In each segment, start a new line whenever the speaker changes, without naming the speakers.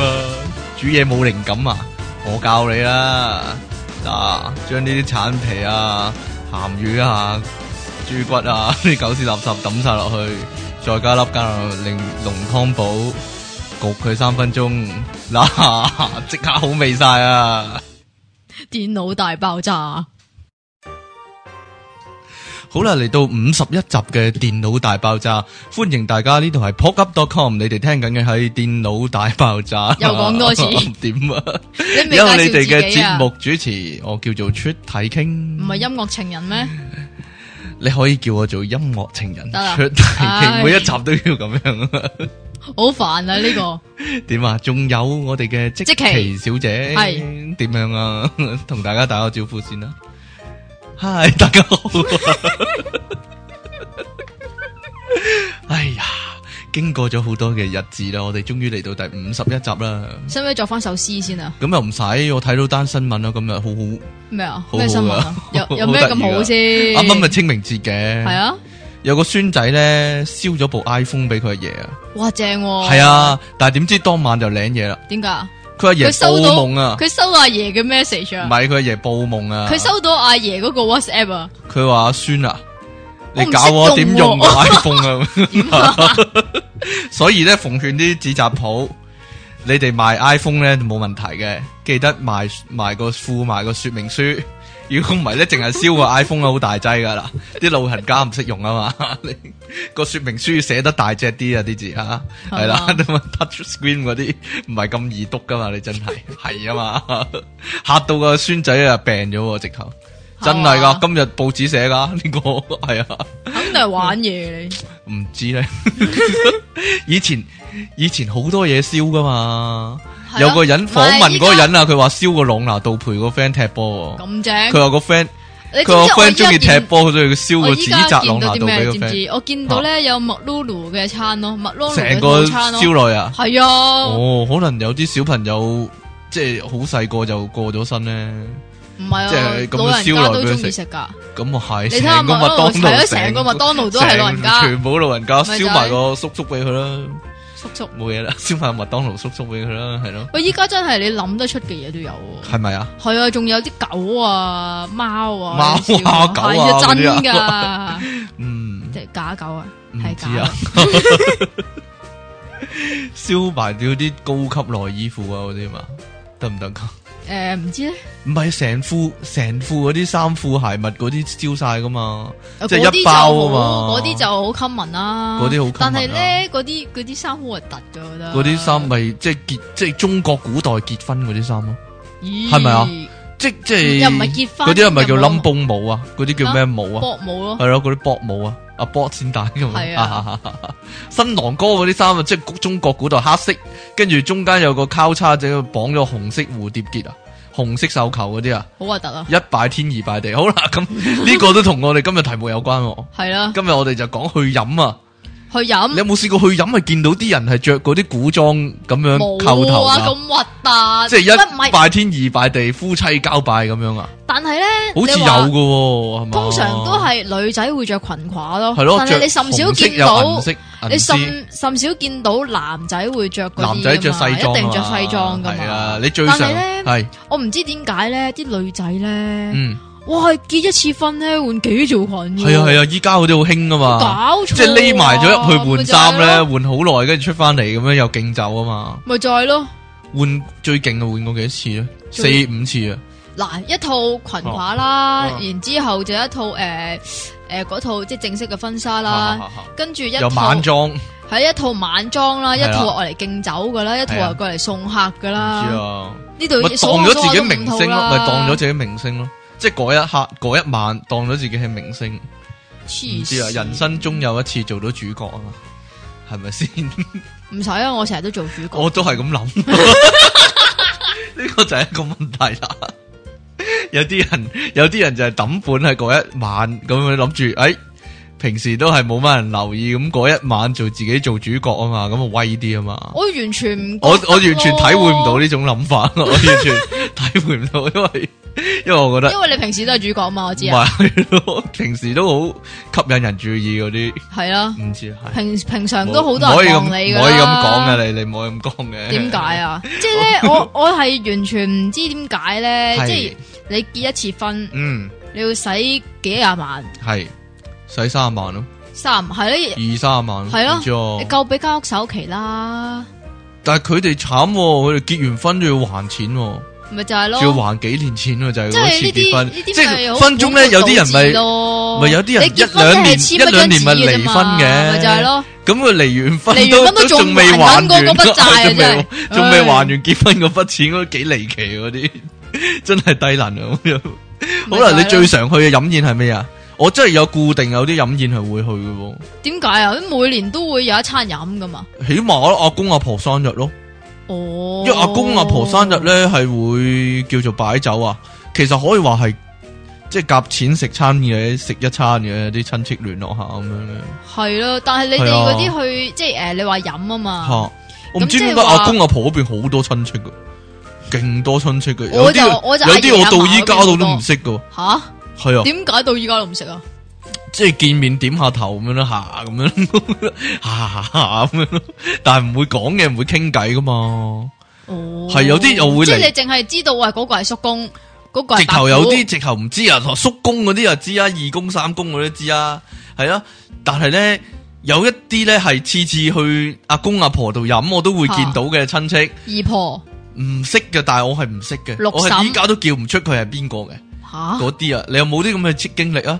啊？煮嘢冇靈感啊？我教你啦，嗱，將呢啲橙皮啊、鹹魚啊、豬骨啊 啲狗屎垃圾抌晒落去，再加粒加令濃湯寶焗佢三分鐘， 嗱，即刻好味晒啊！
電腦大爆 炸，
好啦，嚟到五十一集嘅電腦大爆炸，歡迎大家呢度係 pocket.com，你哋聽緊嘅係電腦大爆炸。
又講多次
點啊？
你未
因為你哋
介紹自
嘅
己
節
啊？
目主持，我叫做出體傾，
唔係音樂情人咩？
你可以叫我做音樂情人
得啦
出體傾，
唉
每一集都要 咁樣啊。
好煩啊！呢個
點啊？仲有我哋嘅即
即
奇
期
小姐
係
點樣啊？ 同大家打個招呼先啦。嗨，大家好 啊！哎呀，經過咗好多嘅日子啦，我哋終於嚟到第五十一集啦。
使唔使作翻首詩先啊？
咁又唔使，我睇到單新聞啦，今日好好。
咩啊？
好好
咩新聞啊？
㗎
有有咩咁好先？
啱啱咪清明節嘅，
係，啊！
有個孫仔咧燒咗部 iPhone 俾佢阿爺啊，
哇正喎！
係，啊，但係點知當晚就領嘢啦，
點解啊？
佢阿爺
佢收
報
到
夢啊，
佢收到阿爺嘅 message
唔
啊？
係佢阿爺報夢啊，
佢收到阿爺嗰個 WhatsApp 啊？
佢話阿孫啊，
我
你
唔
教我點用個
識
iPhone 啊，
點啊？
所以咧奉勸啲紙紮鋪，你哋賣 iPhone 咧冇問題嘅，記得賣賣個附賣個說明書。如果唔係咧，淨係燒個 iPhone 啊，好大劑噶啦！啲老人家唔識用啊嘛， 你個說明書要寫得大隻啲啊啲字啊，係啦，
係嘛
咁啊 touch screen 嗰啲唔係咁易讀噶嘛，你真係係啊嘛，嚇到個孫仔啊病咗喎，直頭真係
係嘛
噶，今日報紙寫噶 呢個係啊。
肯定係玩嘢你。
唔知 咧，以前以前好多嘢燒噶嘛，
係
有
啊
個人訪
唔
問
係
嗰個人啊，佢話燒個朗拿度陪個 friend 踢波喎，
咁正。
佢話個 friend
你
佢
知唔
個
知我
friend
依
中
家
意踢
見
波，所以佢燒
我
個
依
紙
家
紮
見
朗拿
到啲
度
咩
俾個
知唔
friend，
知？我見到咧有麥 Lulu 嘅餐咯，麥 Lulu
成
嘅
個
套餐咯，
燒耐啊！
係啊，唔
哦，可能有啲小朋友即係好細個就過咗身咧，
係
即係
啊，
咁
老人
燒
家
落
都
俾佢
中意
食
食噶。
咁啊
你
係
睇下
成個
麥
麥
當
當
勞，係啊，
勞，
成個麥當勞都係老人家
全部老人家
咪就
燒
係
埋個叔叔俾佢啦，
叔叔。
冇嘢啦， 燒埋麥當勞叔叔俾佢啦，係咯。
喂，依家真係你諗得出嘅嘢都 有喎。
系咪啊？
係啊，仲有啲狗啊、貓啊、
貓啊
有時話
狗啊
係啊
嗰
真
啲
噶，
嗯，
即係假狗啊，
唔
係
知
假
啊
啊。。
烧埋咗啲高級內衣褲啊，嗰啲嘛，得唔得噶？
誒，唔知咧，
唔係成褲成褲嗰啲衫褲鞋襪嗰啲燒晒噶嘛？即係
嗰啲
一
就
包啊
好
嘛
嗰啲就好 common 啦。
嗰啲好 common
但係
啊
咧，嗰啲嗰啲衫好核突噶，我覺得。
嗰啲衫咪即係結即係中國古代結婚嗰啲衫咯，
咦，
係咪啊即即係
又唔係結婚
嗰啲係咪叫
又冇啊
冧崩舞啊？嗰啲叫咩舞啊？
搏舞咯，
係咯，嗰啲搏舞啊，阿搏先帶咁
哦係
啊！ 新郎哥嗰啲衫啊，即係中國古代黑色，跟住中間有個交叉，就綁咗紅色蝴蝶結啊，紅色手球嗰啲啊，
好核突啊！
一拜天二拜地。好啦，咁 呢個都同我哋今日題目有關喎。
係啦，
今日我哋就講去飲啊，
嗯去
你
飲
有冇試過去飲係見到啲人係着嗰啲古裝咁樣叩頭
冇啊，
啊？
咁核突，
即係
喂唔
一
係，
拜天二拜地，夫妻交拜咁樣啊？
但係咧，
好似
你
有
話
㗎喎，係嘛？
通常都係女仔會着裙褂咯，
係咯，
但
着
係你甚少
紅色
見
有
到
銀。色銀
你
絲
甚甚少見到男仔會着嗰啲㗎嘛
男仔着西裝啊嘛，
一定着西裝噶
係啊
嘛。，
你最
但
常
係咧
係
我唔知點解咧，啲女仔咧，
嗯
哇結一次婚咧換幾條裙㗎喎，
係啊係啊，依家嗰啲好興噶嘛，
搞錯啊，
即係匿埋咗入去換衫
咪就係
咧，
咯，
換好耐，跟住出翻嚟咁樣有敬酒啊嘛，
咪就係咯。
換最勁啊，換過幾多次咧？四
最
五次啊，
嗱，一套裙褂啦，
哦
然之後就一套誒誒嗰套即係正式嘅婚紗
哈
啦，
哈哈哈
跟住一
啊有
套
晚裝，唔
係一套晚裝啦，一
係啦
套愛嚟敬酒噶啦，一套
啊係啊
係過嚟送客噶
知
啦。
啊，
呢度
咪
數下
當咗自己
數下
明
都五
星
套
咯，
啦
咪當咗自己明星咯，即係嗰一刻嗰一晚當咗自己係明星，唔
黐
知啊，
線
人生中有一次做到主角啊嘛，係咪先？
唔使啊！我成日都做主角，
我都係咁諗， 呢個就係一個問題啦。有啲人有啲人就係抌本喺嗰一晚咁樣諗住，哎，平時都係冇乜人留意，咁嗰一晚做自己做主角啊嘛，咁啊威啲啊嘛。
我完全唔哦
我我完全體會唔到呢種諗法，我完全體會唔到，因為因為我覺得
因為你平時都係主角嘛，我
唔
知啊，
係咯，平時都好吸引人注意嗰啲，
係啊，
唔知係。
平平常都好多
唔可以
人
咁
望你噶
唔可以咁
啦
講嘅，你你唔可以咁講嘅。
點解 啊？即係咧，我我係完全唔知點解咧。
係
即係你結一次婚，
嗯，
你要使幾廿萬，
係使三萬咯，
三係咧，
二三萬
係咯
唔知啊
你夠俾間屋首期啦，
但係佢哋慘喎，佢哋結完婚仲要還錢喎，
咪就係咯
仲。要還幾年錢喎，就係
即係
嗰次結
呢啲
婚
呢，
即
啲咪
係
好
分鐘咧，有啲人
本末
咪
倒置咯
咪有啲人
你結
一
婚
兩年
你係簽
一兩年咪
一張紙
離婚
㗎嘛
嘅
咪就 係咯。
咁佢離完婚
離完
都
婚都仲
仲未還
還緊
完
嗰筆債 啊
仲未
真係
仲未
唉
還完結婚嗰筆錢，都幾離奇嗰啲， 真係低能啊！咁樣
咪就係
好啦，你
咯
最常去嘅飲宴係咩啊？我真係有固定有啲飲宴係會去嘅喎。
點解啊？每年都會有一餐飲噶嘛。
起碼阿公阿婆生日咯，
哦，
因為阿公阿婆生日咧係會叫做擺酒啊，其實可以話係即係夾錢食餐嘢，食一餐嘅啲親戚聯絡下咁樣咧。
係咯，但係你哋
係啊
嗰啲去即係誒，你話飲啊
吓、
嘛，
我唔知
咁即係
點解
話
阿公阿婆嗰邊好多親戚嘅，勁多親戚嘅，有
我就
啲
我就
有啲我
阿爺阿嫲
到依家
嗰邊
都
好多
唔識嘅，
吓
係啊，
點解到依家都唔食啊？
即係見面點下頭咁樣啦，下咁樣，下下咁樣咯，但係唔會講嘅，唔會傾偈噶嘛。
哦，
係有啲又會嚟
即係你淨係知道喂嗰個係叔公，嗰個係
直
頭
頭有啲直頭唔知啊，叔公嗰啲又知啊，二公三公嗰啲知啊，係啊。但係咧有一啲咧係次次去阿公阿婆度飲，我都會見到嘅親戚，
姨婆
唔識嘅，但係我係唔識嘅，
六
我
嬸
係依家都叫唔出佢係邊個嘅
吓，
嗰啲啊。你有冇啲咁嘅經經歷啊？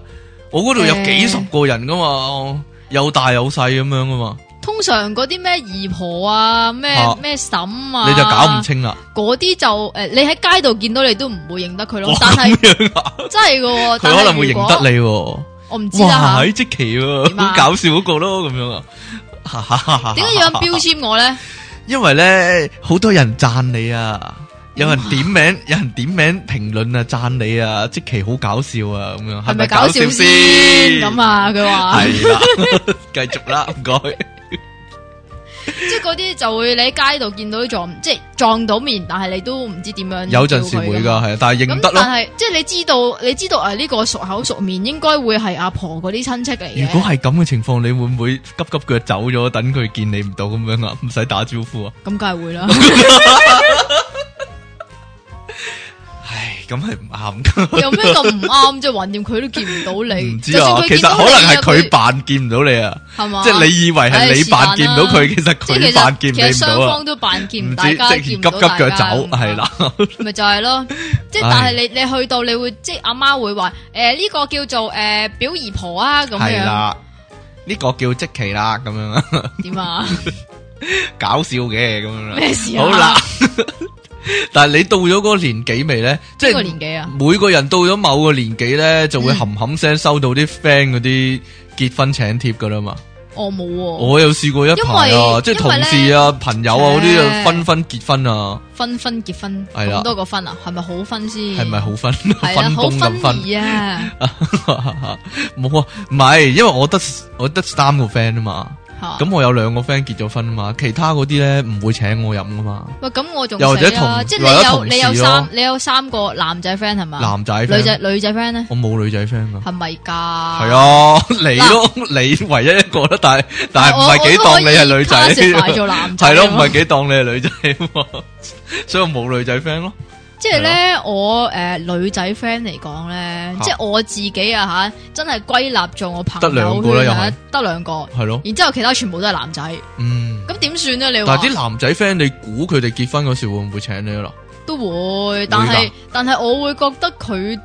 我嗰度有幾十個人噶嘛，有大有細咁樣噶嘛，
通常嗰啲咩姨婆啊，咩
嚇
咩嬸啊，
你就搞唔清 啦。
嗰啲就诶，你喺街度見到你都唔會認得佢咯
哇，
但係
咁樣啊，
真係噶，
佢可能會認得
你，
你喎。
我唔知
哇，哎
啦
喺即奇喎，
點啊
好搞笑嗰個咯，咁樣啊。
吓。點解要咁標籤我 咧？
因为咧好多人赞你啊，有人点名，有人点名评论啊，赞你啊，即其好搞笑啊，咁样
係
系咪
咪搞
搞
笑
笑
先咁？啊？佢話
系啦，继续啦，唔该。
即係嗰啲就會你喺街度見到撞，即係撞到面，但係你都唔知點樣
有阵时
叫佢
会
嘛
噶，。系，但系认得
咁但
咯。
係即係你知道，你知道诶呢個熟口熟面，應該會係阿婆嗰啲親戚嚟嘅。
如果系咁嘅情况，你会唔会急急脚走咗，等佢见你唔到咁样啊？唔使打招呼啊？
咁梗係會 啦，
唉，咁系唔啱噶。
有咩咁唔啱啫？橫掂佢都見唔到你，
唔知
就算
啊，
佢
其
見
实可
到
能
你
系
啊
佢扮见唔到你啊，
係嘛？
即系你以为
唉
系你
是但啦
扮见唔到佢，其实
即係
佢
其實
扮见
其
你唔
實雙
到啊
方。都扮見
唔
唔大
知
家
即係急
見
急
唔到
腳
大家
走
咁
係啦，
咪就係咯，即係
唉
但係你你去到你會即係阿媽會話誒呢個叫做誒表姨婆啊咁
係
樣
啦，呢個叫即期啦，咁樣啊，
點啊？
搞笑嘅咁樣啦。
咩事啊？
好啦，， 但係你到咗嗰個年紀未咧？即
呢個
係
年紀啊，嗯
每個人到咗某個年紀咧，就會冚冚聲收到啲 friend 嗰啲結婚請帖噶啦嘛。
我哦冇喎，
我有試過一排
因為
啊，即係同
因為
事啊、朋友啊嗰啲啊，
切
紛紛結婚啊，
分分結婚
係啦
咁多個分啊，係咪好分先？
係咪好分
嗯係 啊？
分
好
工咁分
分？離啊，
冇啊，唔係，因為我得我得三個 friend 啊嘛。
嚇
咁我有兩個 friend 結咗婚啊嘛，其他嗰啲咧唔會請我飲噶嘛，
喂咁我仲
又或者
死啦
同
即係
又或
你
者
有
同
你有
事咯
三你有三個男仔 friend 係嘛？
男仔 friend，
啊
哦
女仔女仔 friend 咧
我冇女仔 friend 噶，
係咪㗎？係啊
係啊，你咯，你唯一一個啦，但係但係唔係幾當你係女仔，
做男仔啊
係咯，唔係幾當你係女仔喎， 所以我冇女仔 friend 咯，
即係咧，我诶女仔 friend 嚟講咧，
嚇
即係我自己啊吓，真係歸納做我朋
得兩
友
個啦
圈
又
啊
係，
得兩個，
係咯，
然之后其他全部都係男仔，
嗯，
咁點算咧？
但
你話
係啲男仔 friend 你估佢哋結婚嗰時會唔會請你啊啦？
都會，但
會
係
㗎
但係我會覺得佢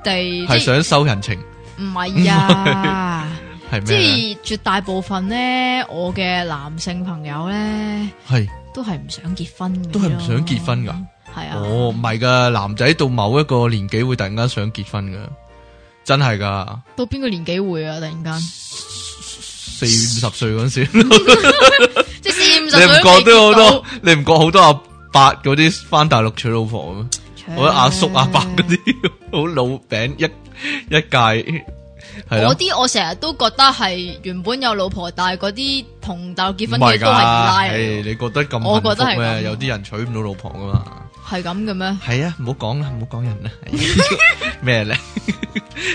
係
哋即係
想收人情
唔 係啊，
係咩呢？
即係絕大部分咧，我嘅男性朋友咧
係
都係唔想結婚嘅咯，
都係唔想結婚㗎
係啊，
哦，唔係噶，男仔到某一個年紀會突然間想結婚噶，真係噶。
到邊個年紀會啊？突 然間，
四五十歲嗰陣時，
即係四五十
你唔
歲
覺
未
都好
結到
多，你唔覺好多阿伯嗰啲翻大陸娶老婆咩？我啲阿叔阿伯嗰啲 好老餅一一屆，係
嗰
咯，
啲我成日都覺得係原本有老婆，但係嗰啲同大陸
唔
結婚嘅都係二啊
㗎，
奶
唉
嚟嘅。
你覺得咁
我
幸
覺得
福
係咁
咩？有啲人娶唔到老婆噶嘛，
系咁嘅咩？
系啊，唔好講啦，唔好講 人啦。咩咧？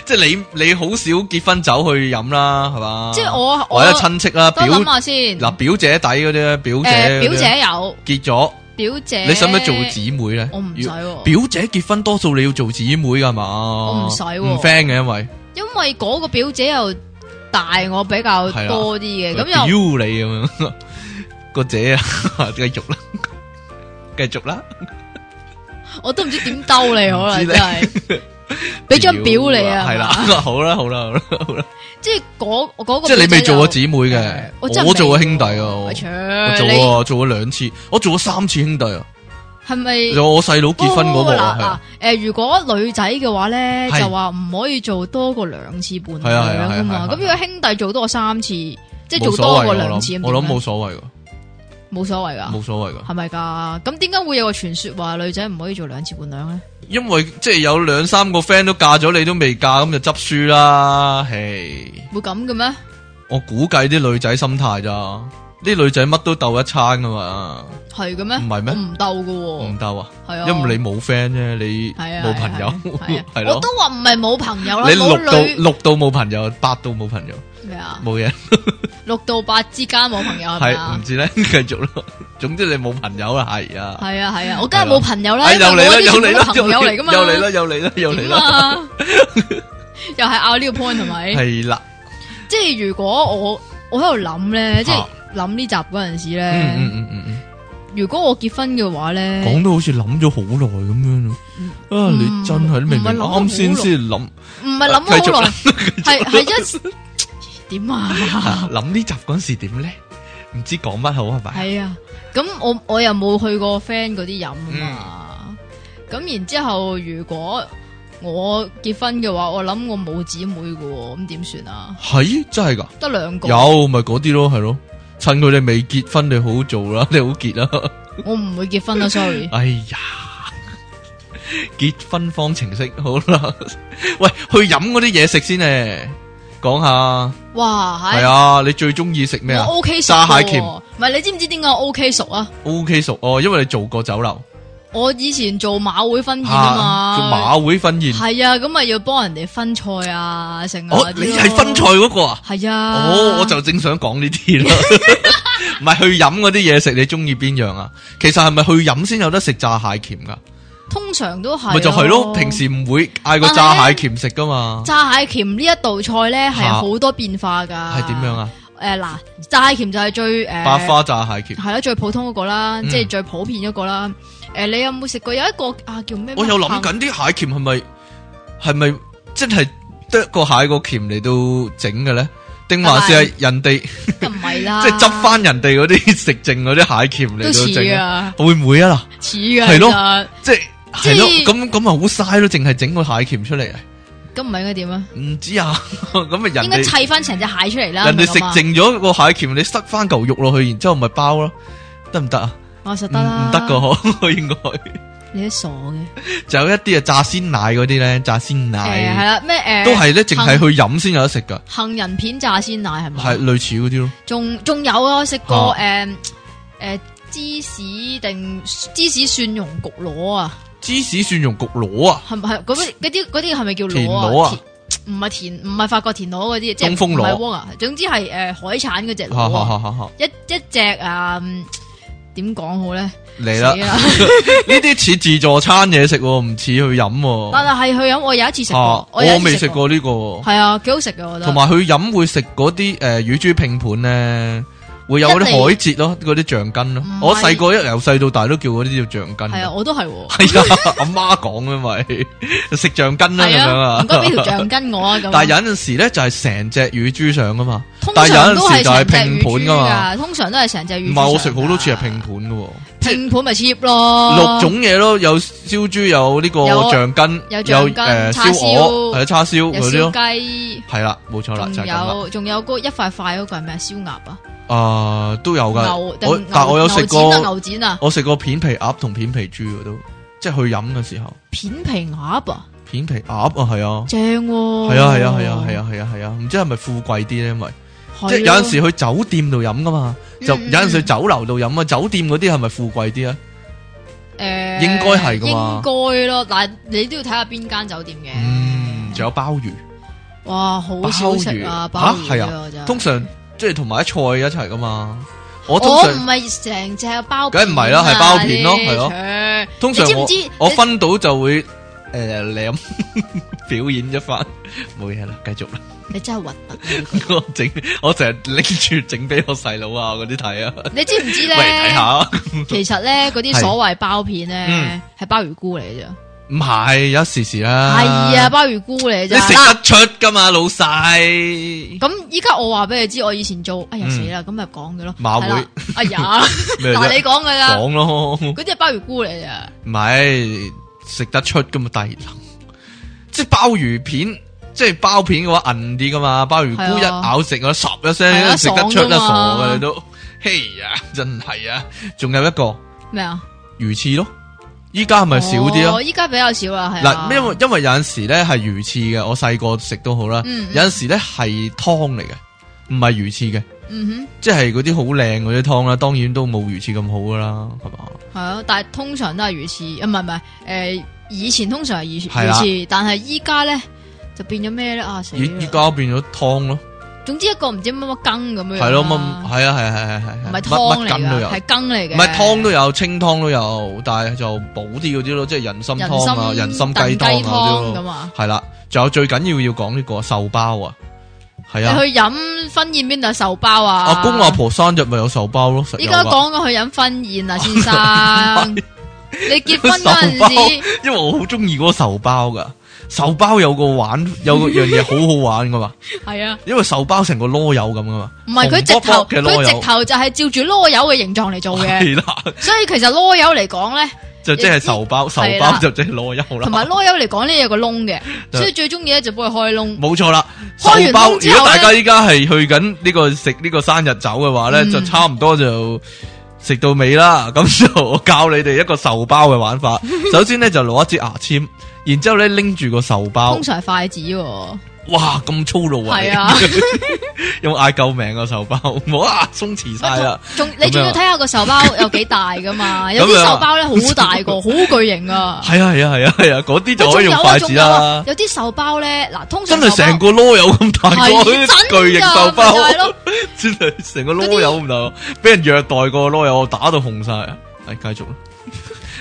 即係你你好少結婚酒去飲啦，係嘛？
即係我
或者親戚啦，
我多
表
諗下先。
嗱表姐底嗰啲咧，表姐
誒，表
嗰啲
姐有，
結咗，
表姐
你使唔使做姊妹咧？
我唔使
要
喎
表姐結婚多數你要做姊妹噶嘛？我
唔使喎
唔 friend 嘅，因為
因為嗰個表姐又大我比較
係啦啊
多啲嘅，咁
屌
又
你咁樣 個姐啊， 繼續啦，繼續啦。
我都唔知點兜你好啦，
唔知
真
你
係 俾張表你啊，
係啦，
係 嘛
好啦，好啦，好啦，好啦。
即係嗰嗰個
即係你未做過
我
姊妹嘅，
我真係
我做過
未
兄弟
喎
啊，我
我切
我做
你
啊，做咗兩次，我做咗三次兄弟啊，
係咪？
有我細佬結婚嗰
哦
個
嗱嗱
啊，，
誒，如果女仔嘅話咧，
係
就話唔可以做多過兩次伴
係啊係啊
娘噶
係啊係
嘛。
啊
咁如果兄弟做多過三次，即
係
係做多過兩
冇
次
所謂
咁點
㗎
啊咧，
我諗我諗冇所謂噶，
冇所謂噶，
冇所謂啊噶，
係咪㗎？咁點解會有個傳說話女仔唔可以做兩次伴娘咧？
因為即係有兩三個 friend 都嫁咗，你都未嫁，咁就執輸啦。嘿，
會咁嘅咩？
我估計啲女仔心態咋，啲女仔乜都鬥一餐噶嘛，
係嘅咩？
唔係咩
我唔鬥嘅
唔
喎，
鬥啊，
係啊，
因為你冇 friend 啫，你
係啊
冇朋友
係啊，
係
係啊
咯
我都話唔係冇朋友啦，
你六
冇
到
女
六到冇朋友，八到冇朋友，
咩啊？
冇嘢。
六到八之間冇朋友係咪
系唔？
啊
知咧， 繼續咯。總之你冇朋友啦，係啊。
係啊係啊，我梗係
係啦
冇朋友啦，
哎，
因
又
為我
嚟啦，
啲
又
全部
嚟
都
啦，又
朋
嚟又
友嚟噶嘛，
嚟啦，又嚟啦，又嚟
點
啦，
啊？ 又係拗呢個 point 係咪？
係啦，
即係如果我我喺度諗咧，即係諗呢集嗰陣時咧，
啊嗯嗯嗯嗯
如果我結婚嘅話咧
嗯，，講到好似諗咗好耐咁樣咯。啊，
嗯
你真係明明
唔係諗咗好耐
啱先先諗，
唔係諗
啊
咗好耐，係係一點啊？
諗呢集嗰陣時點咧？唔知講乜好係咪？
係啊，咁我我又冇去過 friend 嗰啲飲啊
嗯
嘛，咁然之後如果我結婚嘅話，我諗我冇姊妹嘅喎，咁點算啊？
係真係噶，
得兩個，
有咪嗰啲咯，係咯。趁佢哋未結婚，你好好做啦， 你好結 啦。
我唔會結婚啦，sorry。
哎呀，結婚方程式好啦。 喂，去飲嗰啲嘢食先咧，講下
哇，
係
係
啊，你最中意食咩啊？
我 OK 熟
炸蟹
喎
鉗
唔係你知唔知點解我 OK 熟啊？
O K 熟哦，因為你做過酒樓
我以前做馬會婚宴啊
啊做
嘛，
馬會婚宴，
係啊，咁咪要幫人哋分菜啊，成啊
哦，你係分菜，嗰個啊？
係啊，
哦，我就正想講呢啲 啦，唔係去飲嗰啲嘢食，你中意邊樣啊？其實係咪去飲先有得食炸蟹鉗噶？
通常都係啊
咪就係咯，平時唔會嗌個炸蟹鉗食噶嘛？
炸蟹鉗呢一道菜咧係
嚇
好多變化噶，
係點樣？啊？
誒嗱，炸蟹鉗就係最誒
百花炸蟹鉗，
係啦，最普通嗰個啦，
嗯
即係最普遍嗰個啦。誒，你有冇食過有一個啊叫咩？
我有諗緊啲蟹鉗係咪係咪即係得個蟹個鉗嚟到整嘅咧？定還是係人哋 即
緊，唔係啦，
係執翻人哋嗰啲食剩嗰啲蟹鉗嚟
啊都
到
似
整啊？
啊，
會唔會啊？
似噶，
係咯
其實
嗱，即係
即係
係咯，咁啊咁咪好嘥咯，淨係整個蟹鉗出嚟啊？
咁唔係應該點啊？
唔知啊， 咁咪人
應該
哋
砌翻成隻蟹出嚟啦，
人哋食
係咪咁啊
剩咗個蟹鉗，你塞翻嚿肉落去，然之後咪包咯，得唔得啊？
我實
唔
得啦，
唔得噶，可 應該。
你都傻嘅。
就有一啲啊炸鮮奶嗰啲咧，炸鮮
誒係啊
奶
啦，咩誒
都係咧，淨係去飲先有得食噶，
杏仁片炸鮮奶係咪？
係類似嗰啲咯。
仲仲有啊，我食過
啊
誒誒芝士定芝士蒜蓉焗螺啊，
芝士蒜蓉焗螺啊，
係咪係嗰啲嗰啲嗰啲係咪叫
田
螺
螺
啊
啊？，
田唔係田唔係法國田螺嗰啲，即係
東風螺
唔係蝸啊，總之係誒海產嗰只螺
哈哈
啊，
哈哈哈
一一隻啊嗯點講好咧？
嚟啦！
死 啊
呢！啲似自助餐嘢食喎，唔似去飲喎。
但係佢有我有一次食
啊
過，
我
有一次
未食，過呢個喎。
係啊，幾好食嘅我覺
同
得。
埋佢飲會食嗰啲誒乳豬拼盤咧，會有嗰啲
一嚟
海蜇咯，嗰啲橡筋咯
唔。係
我細個一由細到大都叫嗰啲叫橡筋
係 啊，
㗎。
我都係喎。
係啊，阿媽講因為食橡筋啦咁
係
樣
啊，
啊
唔。該俾條橡筋我啊咁。
但係有陣時咧就係成隻乳豬上噶嘛，
通
但係有
常都
陣時
係
就係
成隻
拼盤
魚
噶
噶
嘛。
通常都係成隻魚。
唔係我食好多次係拼盤嘅喎，即係
拼盤咪 cheap 咯。
六種嘢咯，有燒豬，有呢個
哦有啊
橡筋，
有橡
有
筋
誒
叉
燒鵝，
燒
係叉燒
有
嗰啲
燒
咯，
雞，
係啦，冇錯啦，就
仲
係咁啦。
有仲有嗰一塊塊嗰個係咩？燒鴨啊，
啊，都有噶，
牛
我
定牛
但我有食
牛展
過，
啊牛展啊，
我食過片皮鴨同片皮豬嘅都，即係去飲嘅時候，
片皮鴨啊，
片皮鴨啊，係啊，
正喎。
係啊，係啊，係啊，係啊，係啊，係啊，唔知係咪富貴啲咧，因為
係咯，
即係有陣時去酒店度飲噶嘛，就
嗯
有陣時去酒樓度飲啊，酒店嗰啲係咪富貴啲啊？
诶，
應該係㗎嘛
应该咯。但係你都要睇下邊間酒店
嗯，
嘅。
仲有鮑魚。
哇，好少食啊，
鮑魚
鮑
嚇係
魚
啊
啊，真係
通常即係同埋啲菜一齊噶嘛。我通
我唔
常
係成隻包片啊，
梗係唔係啦係包片咯係咯
咯。
通常
你知唔
我
知
我
你
分到就會诶舐 表演一番，冇嘢啦，繼續啦。
你真係核突啊呢個。
我整我成日拎住整俾我細佬啊嗰啲睇啊，
你知唔知
喂睇
咧？
下，
其實咧，嗰
係
啲所謂包
嗯
片咧，係鮑魚菇嚟嘅啫。
唔係有一時時啦。
係啊，，鮑魚菇嚟嘅
你
啫。
食
嗱
得出噶嘛，老細
咁依家我話俾你知，我以前做，哎呀
嗯
死啦，咁咪講嘅咯。
馬會
係啦，哎 呀，
咩
嗱
啫？
你講嘅啦，
講咯。
嗰啲係鮑魚菇嚟嘅。
唔系食得出噶嘛，低能。即系鲍鱼片，即系包片嘅话硬啲噶嘛，鲍鱼
係
菇
啊
一咬食我十一
係啊
声，食得出
爽
啦
㗎
傻
嘛
嘅你都，嘿呀，真系啊！仲有一個
咩啊？
魚翅咯，依家係咪少啲
哦
咯？
依家比較少啦，係啊
嗱，因為因为有阵时咧係魚翅嘅，我細個食都好啦，
嗯嗯
有阵时咧係湯嚟嘅，唔係魚翅嘅，
嗯
即係嗰啲好靚嗰啲湯啦，當然都冇魚翅咁好噶啦，係嘛？
哼，係啊，但係通常都係魚翅，啊唔係唔係，誒以前通常係魚
係啦
魚翅，但係依家咧就變咗咩咧啊死
而
啦
而家變咗湯咯。
總之一個唔知乜乜羹咁樣啦，
系咯，乜系啊，系係係係
唔
係
係
乜
湯
乜
嚟
羹都有
㗎，，係羹嚟嘅，
唔係湯都有，清湯都有，但係就補啲嗰啲咯，即係人參
人
湯啊、
參
人參雞湯
燉雞
啊嗰
湯
啲咯，
咁啊。
係啦，仲有最緊要要講呢個壽包啊，係
你
啊，
去飲婚宴邊度有壽包啊？
阿公阿婆生日咪有壽包咯，實有啊
依家
㗎
講緊去飲婚宴啊，先 生，你結婚嗰陣時，
因為我好中意嗰個壽包噶，壽包有個玩 有個樣嘢好好玩噶嘛，
係啊，
因為壽包成個籮柚咁噶嘛，
唔係佢直
紅卜
頭，
卜嘅籮
佢
柚
直，頭就係照住啰柚嘅形狀嚟做嘅，
係啦，
所以其實啰柚嚟講咧，
就即係壽包，壽
係
包
啦
就即係籮柚
同
啦，
埋啰柚嚟講呢有個窿 嘅，所以最中意咧就幫佢開窿。
冇錯啦，
開完
壽包。
窿之
如果
後呢
大家依家係去緊呢個食呢個生日酒嘅話咧，
嗯
就差唔多就食到尾啦。咁就我教你哋一個壽包嘅玩 法。首先咧就攞一支牙籤，然之后咧拎住個壽包
通，常係筷子喎，
哇咁粗魯啊！
係啊，
用嗌救命個壽包，哇鬆弛晒 啦，
仲你
啊
仲要睇下個手包有幾大噶 嘛？有啲手包咧好大個，好巨型啊！
係啊係啊係啊係啊，嗰啲 就可以用
喂仲有啊
筷子
仲有啊
啦。
有啲手包咧，嗱，通
真
常
係成個
個
啰柚咁大個，
係啊
巨型
真
壽
㗎，
包
咪就，係咯，
真係成個啰柚咁大個，俾人虐待過個啰柚，我打到紅晒。係繼續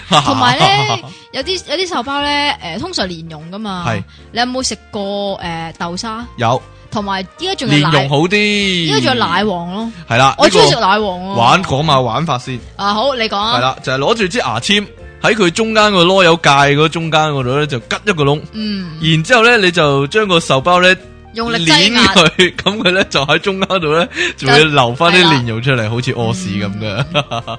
啦，
同埋咧，有啲有啲手包咧，诶，通常蓮蓉噶嘛。
係
你有冇食過诶豆沙？
有
同埋依家仲有
莲蓉
奶，
好啲，
依家仲有奶黃咯。
系啦，
我
呢個
中意食奶黃喎。
玩講埋玩法先，係
啊，好，你講啊。
啦，就係攞住支牙籤喺佢中間個啰柚界嗰中間嗰度咧，就吉一個窿，
嗯，
然之后咧你就將個壽包咧
用力擠
捻
壓。
佢，咁佢咧就喺中間度咧，就會留翻啲蓮蓉出嚟，好似屙屎咁嘅。
嗯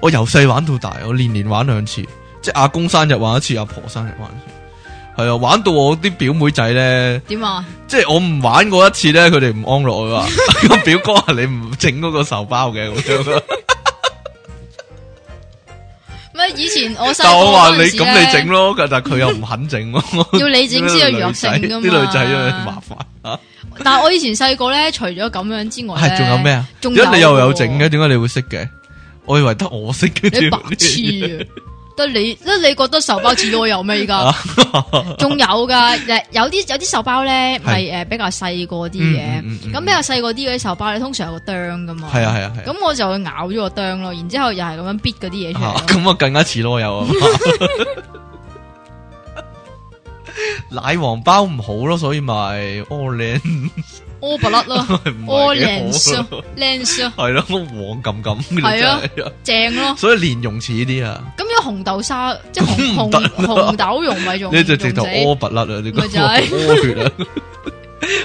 我由細玩到大，我年年玩兩次，即系阿公生日玩一次，阿婆生日玩一次，係啊，玩到我啲表妹仔咧。
點啊？
即系我唔玩過一次咧，佢哋唔安樂我 話個表哥啊，你唔整嗰個壽包嘅咁樣。
咩？啊以前我細
但我話
個嗰
你
陣時
咁你整
咧，
咯，但係佢又唔肯整喎。
要你整先有藥性
啲女
㗎
仔
嘛
啲女仔真係麻煩啊。
但係我以前細個咧，除咗咁樣之外
係
咧，
仲有咩啊？
仲
因為你又有
喎
整嘅，點解你會識嘅？我以為得我識嘅
你
添。
白痴啊！得你，得你覺得手包似啰柚咩？依家仲有噶，誒有啲有啲手包咧，咪誒比較細個啲
嗯嗯嗯
嘅。
嗯
咁比較細個啲嗰啲手包咧，通常有個啄噶嘛。
係啊係啊係啊。
咁我就會咬咗個啄咯，然之後又係咁樣逼嗰啲嘢出
啊
嚟咯。
咁啊更加似啰柚啊。奶黃包唔好咯，所以咪屙靚，
屙不甩 咯，
唔
屙
係幾好咯
靚咯，靚咯，
係咯，黃咁咁
係啊
嘅真係。
正咯。
所以蓮蓉似啲啊，
咁樣紅豆沙即 係
唔
紅
得
紅紅豆蓉咪仲
呢就直頭
仲
屙拔甩啊，呢個
咪 就係
屙血啊，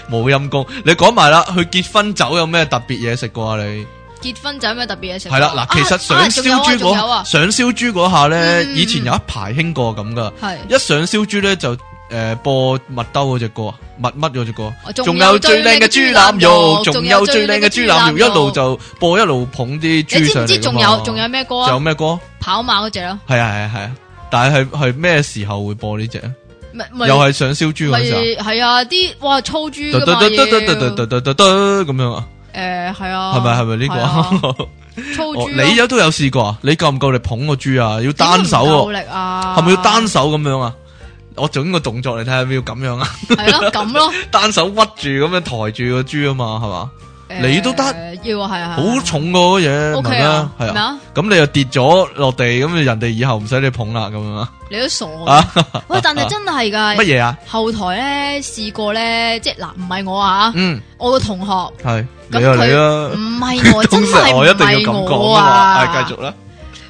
冇陰功。你講埋啦，去結婚酒有咩特別嘢食過啊？你
結婚就有咩特別嘢食？
係啦，嗱，其實
啊
上
啊仲有啊
燒豬
仲有
嗰
啊，
上燒豬嗰下咧，
嗯
以前有一排興過咁噶，
係
一上燒豬咧就誒播麥兜嗰只歌啊，麥乜嗰只歌啊。
我
仲有最靚嘅豬腩肉，仲有最靚嘅豬腩肉，一路就播一路捧啲
你
豬
知
上嚟
唔知
㗎
仲
嘛
有仲有咩歌
仲有
啊？
咩歌？
跑馬嗰只咯，
係啊係啊係啊，但係係係咩時候會播呢只啊？
咪
又
咪
係上燒豬
咪
嗰陣時啊。
係啊啲哇粗豬
嘟
噶
嘟
嘛
嘟嘟嘟嘟嘟
要
嘟嘟嘟咁樣啊，
誒係啊，
係咪係咪呢
係啊
個？
粗
哦
猪
你有都有試過啊？你夠唔夠力捧個豬啊？要單手
夠
喎，
力啊，
係咪要單手咁樣啊？我整個動作嚟睇下，要咁樣啊？
係咯咁咯，
單手屈住咁樣抬住個豬啊嘛，係嘛？你都得
誒要啊係啊，係啊
好重個嗰嘢，
，O
唔
K
係
啊
啊，，係
咩
啊。
啊？
咁你又跌咗落地，咁人哋以後唔使你捧啦，咁樣啊？
你都傻嘅
啊
喂，但係真係
乜
㗎，
嘢啊？
後台咧試過咧，即係嗱，唔係我啊，
嗯，
我個同學
係
咁
你啊
佢
你啊，
唔係我，真
通常
係唔
我一定要
係
咁
我
講噶嘛，
啊，
係繼續啦，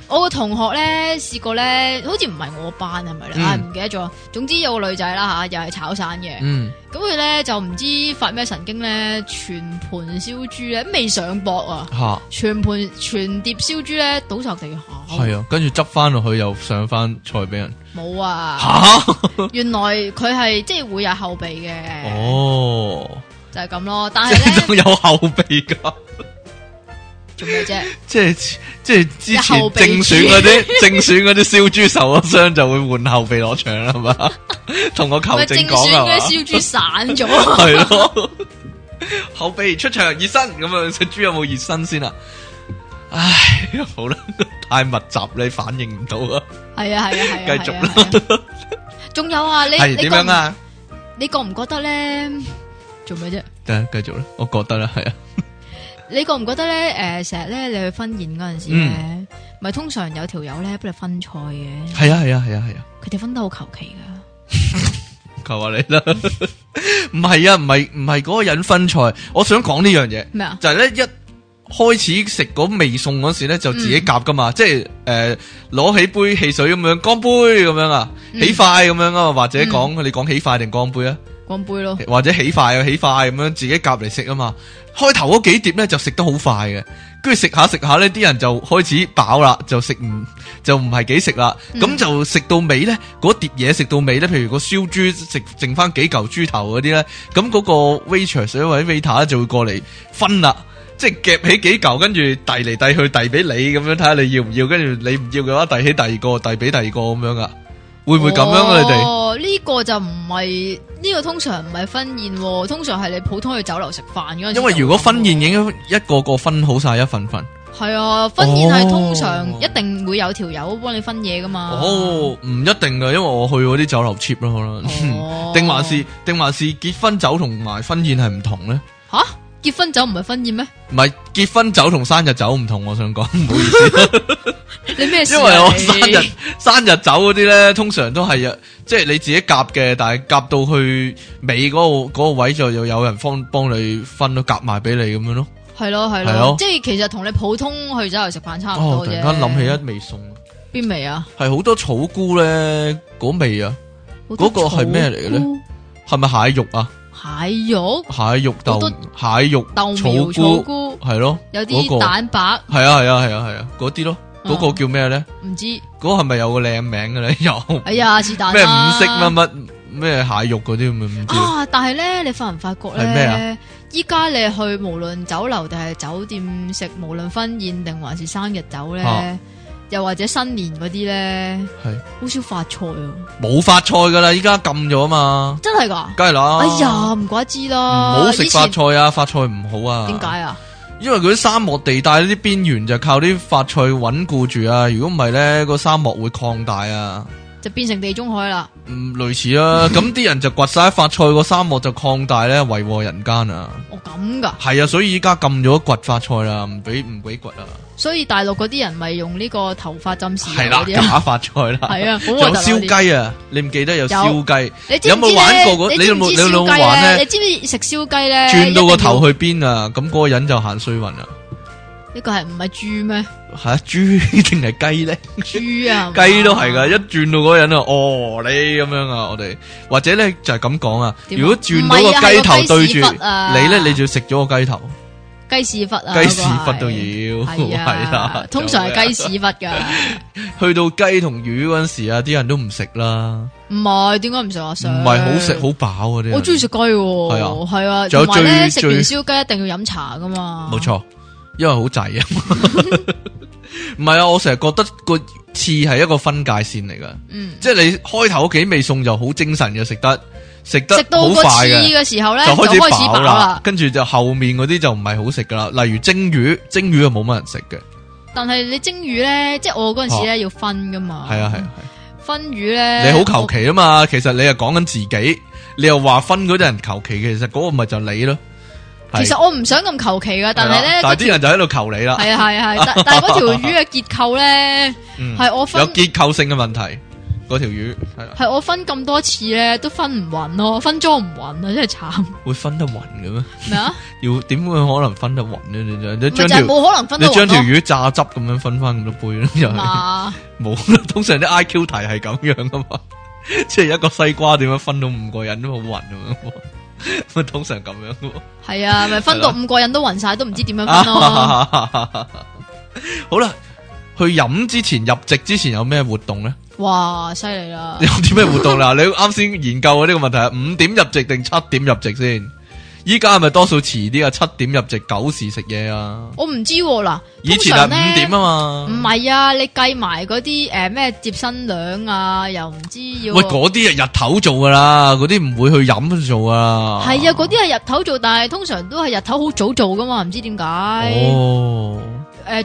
我個同學咧試過咧，好似唔係我班係咪咧？
嗯
啊唔記得咗。總之有個女仔啦吓，又係炒散嘅。
嗯，
咁佢咧就唔知發咩神經咧，全盤燒豬咧未上膊啊，
吓
全盤全碟燒豬咧倒晒地下。
係啊，跟住執翻落去又上翻菜俾人，
冇啊！
吓
原來佢係即係會有後備嘅，
哦，
就係咁咯。但
即
係
係
咧
仲有後備噶，
做咩啫？
即係即係之
有後
前
備
正選嗰啲 正選嗰啲燒豬受咗傷就會換後備落場啦，係嘛？ 同我球
喂，正
證
啊選
講啊
嗰啲
係嘛？
燒豬散咗。
系咯， 后备出场热身咁啊，只猪有冇热身先啊？唉，好啦， 太密集你反应唔到啊，
係啊係啊係啊，
繼續啦
啦。仲有啊，你
系
你
点
覺
样
唔
啊？
你觉唔觉得咧？做咩啫？
诶，继续啦，我觉得啦，系啊，
你觉唔觉得咧？诶、成日咧你去婚宴嗰阵时
嗯
咧，咪、通常有条友咧幫你分菜嘅，
系啊，系啊，系啊，系啊，
佢哋分得好求其噶。
求下 你啦，唔系啊，唔系唔系嗰个人分菜，我想讲呢样嘢，
咩啊？
就系咧一。開始食嗰味餸嗰時咧，就自
嗯
己夾噶嘛，即係誒攞起杯汽水咁樣，乾杯咁樣啊，
嗯
起筷咁樣啊嘛，或者講、你講起筷定乾杯啊？
干杯咯，
或者起筷啊，起筷咁樣自己夾嚟食啊嘛。開頭嗰幾碟咧就食得好快嘅，跟住食下食下呢啲人就開始飽啦，就食唔就唔係幾食啦。咁、
嗯
就食到尾咧，嗰碟嘢食到尾咧，譬如個燒豬食剩翻幾嚿豬頭嗰啲咧，咁嗰個 waitress 或者 waiter 呢就會過嚟分啦。即係夾起幾嚿，跟住遞嚟遞去遞俾你咁樣，睇下你要唔要。跟住你唔要嘅話，遞起第二個，遞俾第二個咁樣噶，會唔會咁樣啊？你哋
哦，呢個就唔係呢個通常唔係婚宴喎，通常係你普通去酒樓食飯嗰陣時就
因
會
為
咁喎。
如果婚宴已經一個個分好晒一份份。
係啊，婚宴係
哦
通常一定會有條友幫你分嘢噶嘛。
哦，唔一定噶，因為我去嗰啲酒樓 cheap 咯，可能。
哦，
定還是定還是結婚酒同埋婚宴係唔同咧？
吓結婚酒唔係婚宴咩？
唔係結婚酒同生日酒唔同，我想講，唔好 意思，
你咩事啊？
因為我
你
生日生日酒嗰啲咧，通常都係即係你自己夾嘅，但係夾到去尾嗰、個嗰個位就又有人幫幫你分咯，夾埋俾你咁樣咯。
係咯係
係咯
咯，即係其實同你普通去酒樓食飯差唔
哦，
多
突
啫。
然間諗起一味餸，
邊味啊？
係好多草菇咧，嗰味啊，嗰個係咩嚟嘅咧係咪蟹肉啊？
蟹肉、
蟹肉
好
豆
多
蟹肉
豆苗、
草菇
草菇，
係咯，
有
嗰個
啲蛋白，
系啊系啊系啊系啊，嗰啲咯，
嗯
嗰個叫咩咧？
唔知。
嗰個係咪有個靚名 嘅咧？有
哎呀，是但
咩五
啦
色乜乜咩蟹肉嗰啲咁唔知
啊！但係咧，你發唔發覺
係咩
咧
啊？
依家你去無論酒樓定係酒店食，無論婚宴定還是生日酒咧
啊，
又或者新年嗰啲咧，
係
好少發菜啊！
冇發菜噶啦，依家禁咗嘛，
真係㗎！
梗係啦。
哎呀，唔怪知
啊唔
啦。
好食發
以前
菜啊！發菜唔好啊。
點？解啊？
因為嗰啲沙漠地帶呢啲邊緣就靠啲發菜穩固住啊！如果唔係咧，個沙漠會擴大啊。
就變成地中海啦。
嗯，類似啊。咁啲人就掘晒發菜，個沙漠就擴大咧，為禍人間啊！
哦，咁㗎。
係啊，所以依家禁咗掘發菜啦，唔俾唔俾掘啊。
所以大陸嗰啲人咪用呢個頭髮浸豉
係
油
啦
嗰，啲啊。
假發菜啦，
係啊好
仲
核突
有
啊
燒雞啊，你唔記得有燒雞？
你知唔知
有冇玩過嗰
咧
你有冇
知唔知
你有冇
燒雞
玩
咧？
咧
你知唔知食燒雞咧？
轉到個頭
去，
去邊啊？咁嗰個人就行衰運啊啦。
呢個係唔係 豬咩？
吓，豬 定係雞咧？
豬啊，
雞都係噶，一轉到嗰個人啊，哦你咁樣啊，我哋或者咧就係咁講啊。
點啊
如果轉到
唔係啊
個雞頭
係個
對
雞
住
屎忽啊
你咧，你就食咗個雞頭，
雞屎忽啊，
雞屎忽都要
係
係啦
啊，通常係雞
就
屎忽㗎。
去到雞同魚嗰陣時啊，啲人都唔食啦，
唔係點解唔食啊？
唔
想
係好食好。飽嗰啊啲。
我中意食雞喎，
係
啊，係啊，
仲有
同埋咧食
最
完
最
燒雞一定要飲茶噶嘛，
冇，錯，因為好滯啊 嘛。唔係啊，我成日覺得個刺係一個分界線嚟噶，
嗯，
即係你開頭嗰幾味餸就好精神嘅食得，食得
食到
好
個
快
刺
嘅。
嘅時候咧，
就
就
開
開
始
始飽
飽啦
啦，。
跟住就後面嗰啲就唔係好食噶啦，例如蒸魚，蒸魚就冇乜人食嘅，
但係你蒸魚咧，即係我嗰陣時咧要分噶嘛。
哦係啊係啊
分魚
係，
咧，
你好求其啊嘛，其實你又講緊自己，你又話分嗰啲人求其，其實嗰個咪就你咯，
我。
係
其實我唔想咁求其噶，但係
啦
咧，
但係啲人就喺度求你啦，
係啊係啊 係，但但係嗰條魚嘅結構咧，
嗯
係我
有
分
結構性嘅問題，嗰條魚係啦，
係我分咁多次咧，都分唔匀咯，分裝唔匀啊，真係慘
會分得勻嘅咩？
咩啊？
要點會可能分得勻呢？你就 你
咪
將
就
條
係冇可能分
你
得
將
匀
條
咯
魚榨汁咁樣分翻咁多杯 咯，又係。
嘛。
冇啦，通常啲 I Q 題係咁樣噶嘛， 即係一個西瓜點樣分到五個人都好晕咁樣， 通常咁樣㗎喎
係啊，咪分到五個人都暈晒，都唔知點樣分 咯。
好啦，去飲之前入席之前有咩活動咧？
哇，犀利啦
有！啲咩活動 啦？你啱先研究呢個問題啊係五點入席定七點入席先？依家係咪多數遲啲啊？七點入席，九時食嘢啊？
我唔知喎嗱，
以前係
通常
五點
咧
啊嘛
唔。係啊，你計埋嗰啲诶咩接新娘啊，又唔知要
喂，嗰啲係日頭做噶啦，嗰啲唔會去飲做啊。
係啊，嗰啲係日頭做，但係通常都係日頭好早做噶嘛，唔知點解。诶、
哦。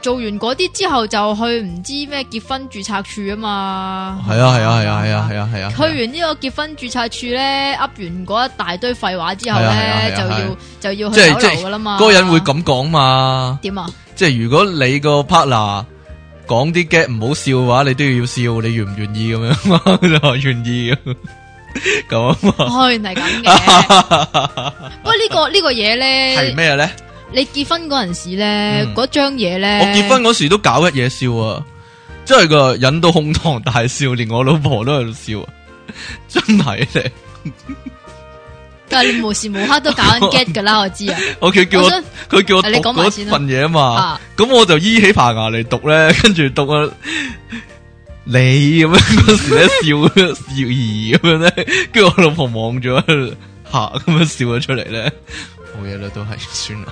做完嗰啲之後就去唔知咩結婚註冊處啊嘛。
系啊系啊系啊系啊系啊系啊，
去完呢個結婚註冊處咧，噏完嗰一大堆廢話之後
係啊係啊係
咧，
啊
就
係
要
啊
就要
即
去
係
酒
即係
樓噶啦嘛。
嗰個人會咁講嘛？
點啊？
即係如果你個 partner 講啲 get 唔好笑嘅話，你都要笑，你願唔願意咁樣？ 佢就話願意咁咁啊
哦，原嚟 咁嘅。不過呢、個呢、個嘢
係
咧，
咩咧？
你結婚嗰陣時咧，
嗯
嗰張嘢咧，
我結婚嗰時都搞一嘢笑啊！真係噶，引到哄堂大笑，連我老婆都喺度笑啊！真係咧，
但係你無時無刻都搞緊 get 㗎啦，我知啊。
我佢叫
我
我
想
佢叫我讀
你講埋
嗰
先啦
份嘢啊嘛。
啊，
咁我就依起棚牙嚟讀咧，跟住讀啊 你咁樣 嗰時咧笑笑兒咁樣咧，跟住我老婆望咗吓咁樣笑咗出嚟咧，冇嘢啦，都係算啦，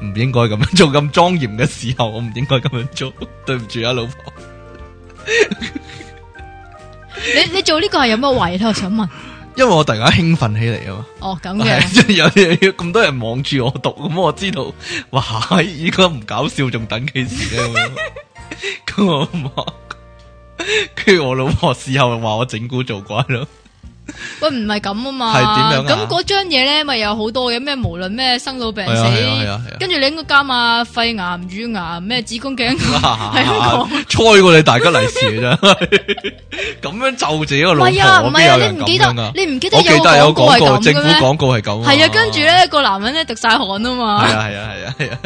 唔應該咁樣做咁莊嚴嘅時候，我唔應該咁樣做， 對唔住啊，老婆。
你你做呢個係有乜位咧？我想問。
因為我突然間興奮起嚟啊嘛，
哦，咁
係
嘅。
即係有啲咁多人望住我讀，咁我知道，哇！依家唔搞笑仲等幾時咧？ 咁我望，跟住我老婆事後話我整蠱做怪咯，
喂，唔係咁啊嘛。
係點樣啊
咁嗰張嘢咧，咪有好多嘅咩？無論咩生老病
係啊係啊係啊係
死
啊，
跟住你應該加嘛肺癌、乳癌、咩子宮頸 癌，啊喺香港。
猜過你大吉利是嘅啫， 咁樣就自己個
唔
老婆，
係啊，唔
邊
係啊，
有
你
人
唔
咁
記
樣啊
得，？你唔記得
我記得
有
有
個廣
廣
告
告，
係咁
政
嘅
府
咩？
廣告係咁啊，
係啊，跟住咧個男人咧滴晒汗啊
係
嘛。
啊係啊係啊係啊，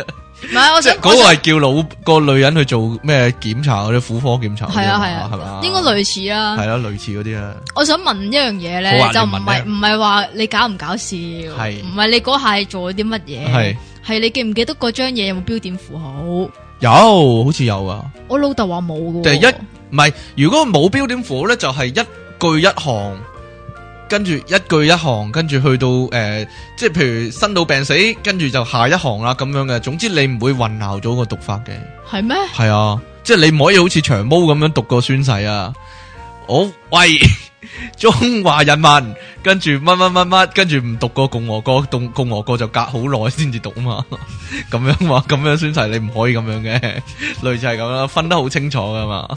唔係啊，我
即
想
係嗰個係叫老個女人去做咩檢查嗰啲婦科檢查嗰啲嘛，
係啊係啊
係嘛，
應該類似
係
啊。
啦，類似嗰啲啊。
我想問一樣嘢咧
好啊，
就唔
你問
係
你
唔係話你搞唔搞笑，唔係你嗰下做咗啲乜嘢
嗯係，
係你記唔記得嗰張嘢有冇標點符號？
有，好似有啊。
我老豆話冇
第
嘅喎。
一唔係，如果冇標點符號咧，就係一句一行，跟住一句一行，跟住去到诶、呃即係譬如生老病死，跟住就下一行啦咁樣嘅。總之你唔會混淆咗個讀法嘅。
係咩？
係啊，即係你唔可以好似長毛咁樣讀個宣誓啊！我喂 中華人民，跟住乜乜乜乜，跟住唔讀個共和國，共共和國就隔好耐先至讀啊嘛， 咁樣嘛，咁樣宣誓你唔可以咁樣嘅， 類似係咁啦，分得好清楚噶嘛，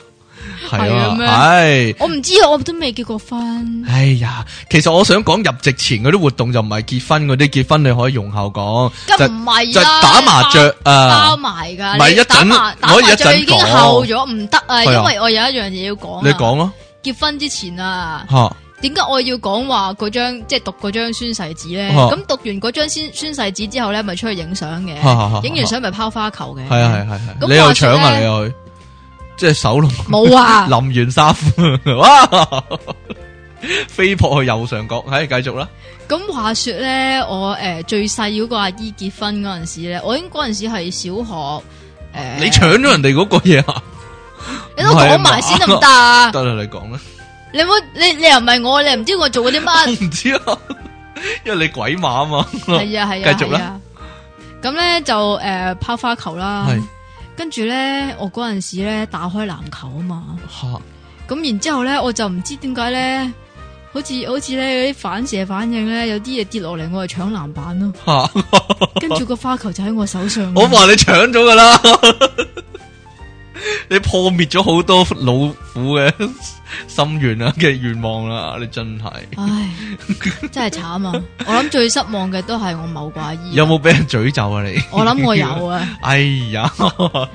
係啊
係，咩
係。
我唔知啊，我都未結過婚。
哎呀，其實我想講入籍前嗰啲活動就唔係結婚嗰啲，結婚你可以用後講，
咁
就
唔係
就
啦，
打麻雀啊
包。包埋㗎。
唔係
你
一陣
打麻打
我一
麻
陣
雀已經
講
後咗，唔得
係
啊，
啊
因為我有一樣嘢要講啊。
你講咯，
結婚之前啊。
吓
點解我要講話嗰張即係讀嗰張宣誓紙咧？
啊
咁、讀完嗰張宣宣誓紙之後咧，咪出去影相嘅，
啊
影完相咪拋花球嘅。
系啊系系系，
咁
你又
話
搶
說
啊
呢
你又去，即係手龍
冇 啊，
淋完沙褲，哇！ 飛撲去右上角，係繼續啦。
咁話說咧，我诶、呃最細嗰個阿姨結婚嗰阵时咧，我已經嗰阵时係小學诶，呃
你搶咗人哋嗰個嘢 啊？
你都講埋先得唔 得啊？
得啦，你 講啦，
你冇你你又唔係我，你又唔知我做過 啲
我
乜？
唔知啊，因為你鬼馬啊嘛。
係啊係啊，
繼續啦
係啊。咁咧就诶抛、拋花球啦
係，
跟住咧我嗰阵时咧打開籃球啊嘛。
吓
咁然之后咧，我就唔知點解咧，好似好似咧嗰啲反射反應咧，有啲嘢跌落嚟，我係搶籃 板咯，
吓，
跟住個花球就喺我手上。
我話你搶咗噶啦， 你破滅咗好多老虎嘅 心願啊嘅願望啦，你真係
唉，真係 慘啊！我諗最失望嘅都係我某個阿姨。
有冇俾人詛咒啊你？
我諗我有 啊，
哎呀，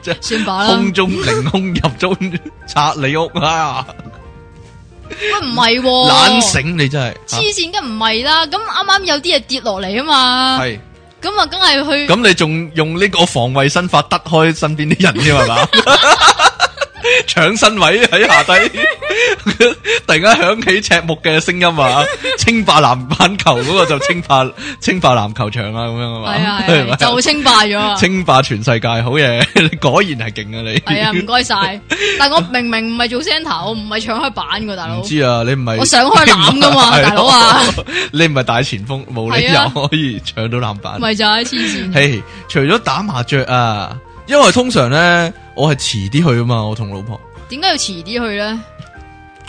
真係
算吧啦。
空中凌空入中 拆你屋啊！
喂，唔係喎，
懶啊醒你真
哦黐
係
線，梗唔係啦。咁啱啱有啲嘢跌落嚟啊
啊，
嘛，
係
咁啊，梗係去
咁你仲用呢個防衛身法得開身邊啲人添係嘛？ 搶身位喺下低， 突然間響起赤木嘅聲音啊！稱霸籃板球嗰個就稱霸 稱霸籃球場啊，咁樣啊嘛，
係啊
係
係
咪
啊，就稱霸咗 啊。
稱霸全世界，好嘢！ 你果然係勁啊你。
係啊，唔該晒。但我明明唔係做 centre，我唔係搶開板噶，大佬
唔。知啊，你唔係
我上開籃㗎嘛
你唔係
大佬啊！
你唔係大前鋒，冇理
係
由
啊
可以搶到籃板。
咪就係黐線嘅。
嘿，除咗打麻雀啊，因為通常咧，我係遲啲去啊嘛，我同老婆，
點解要遲啲去咧？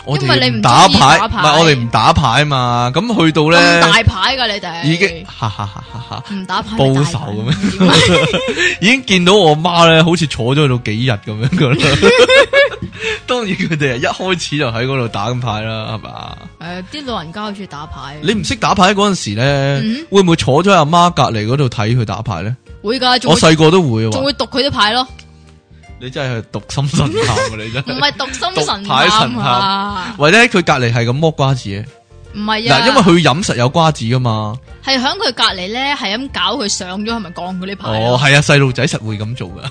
我
因為
哋
你
唔
唔
打
中意
牌，
打
唔
牌
係我哋唔打牌嘛，咁去到
咁大
咧
牌噶你哋
已經，哈哈哈哈 哈，
唔打牌咪
報
大牌啊
仇咁 樣，已經見到我媽咧，好似坐咗喺度幾日咁樣噶 啦。當然佢哋係一開始就喺嗰度打緊牌啦，係嘛？
誒，啲老人家好中意打牌，
你唔識打牌嗰陣時咧，
嗯
會唔會坐咗喺阿媽隔離嗰度睇佢打牌咧？
會噶，仲
我
會
細個都會啊！
仲
話
會讀佢啲牌咯，
你真係讀心神探啊！你真
唔
係，
係讀心神
讀牌神
探
探
啊，
或者喺佢隔離係咁剝瓜子嘅
唔係啊，
嗱，因為佢飲實有瓜子噶嘛。
係響佢隔離咧，係咁搞佢上咗，係咪降佢啲牌
哦，
咯？
係啊，細路仔實會咁做噶。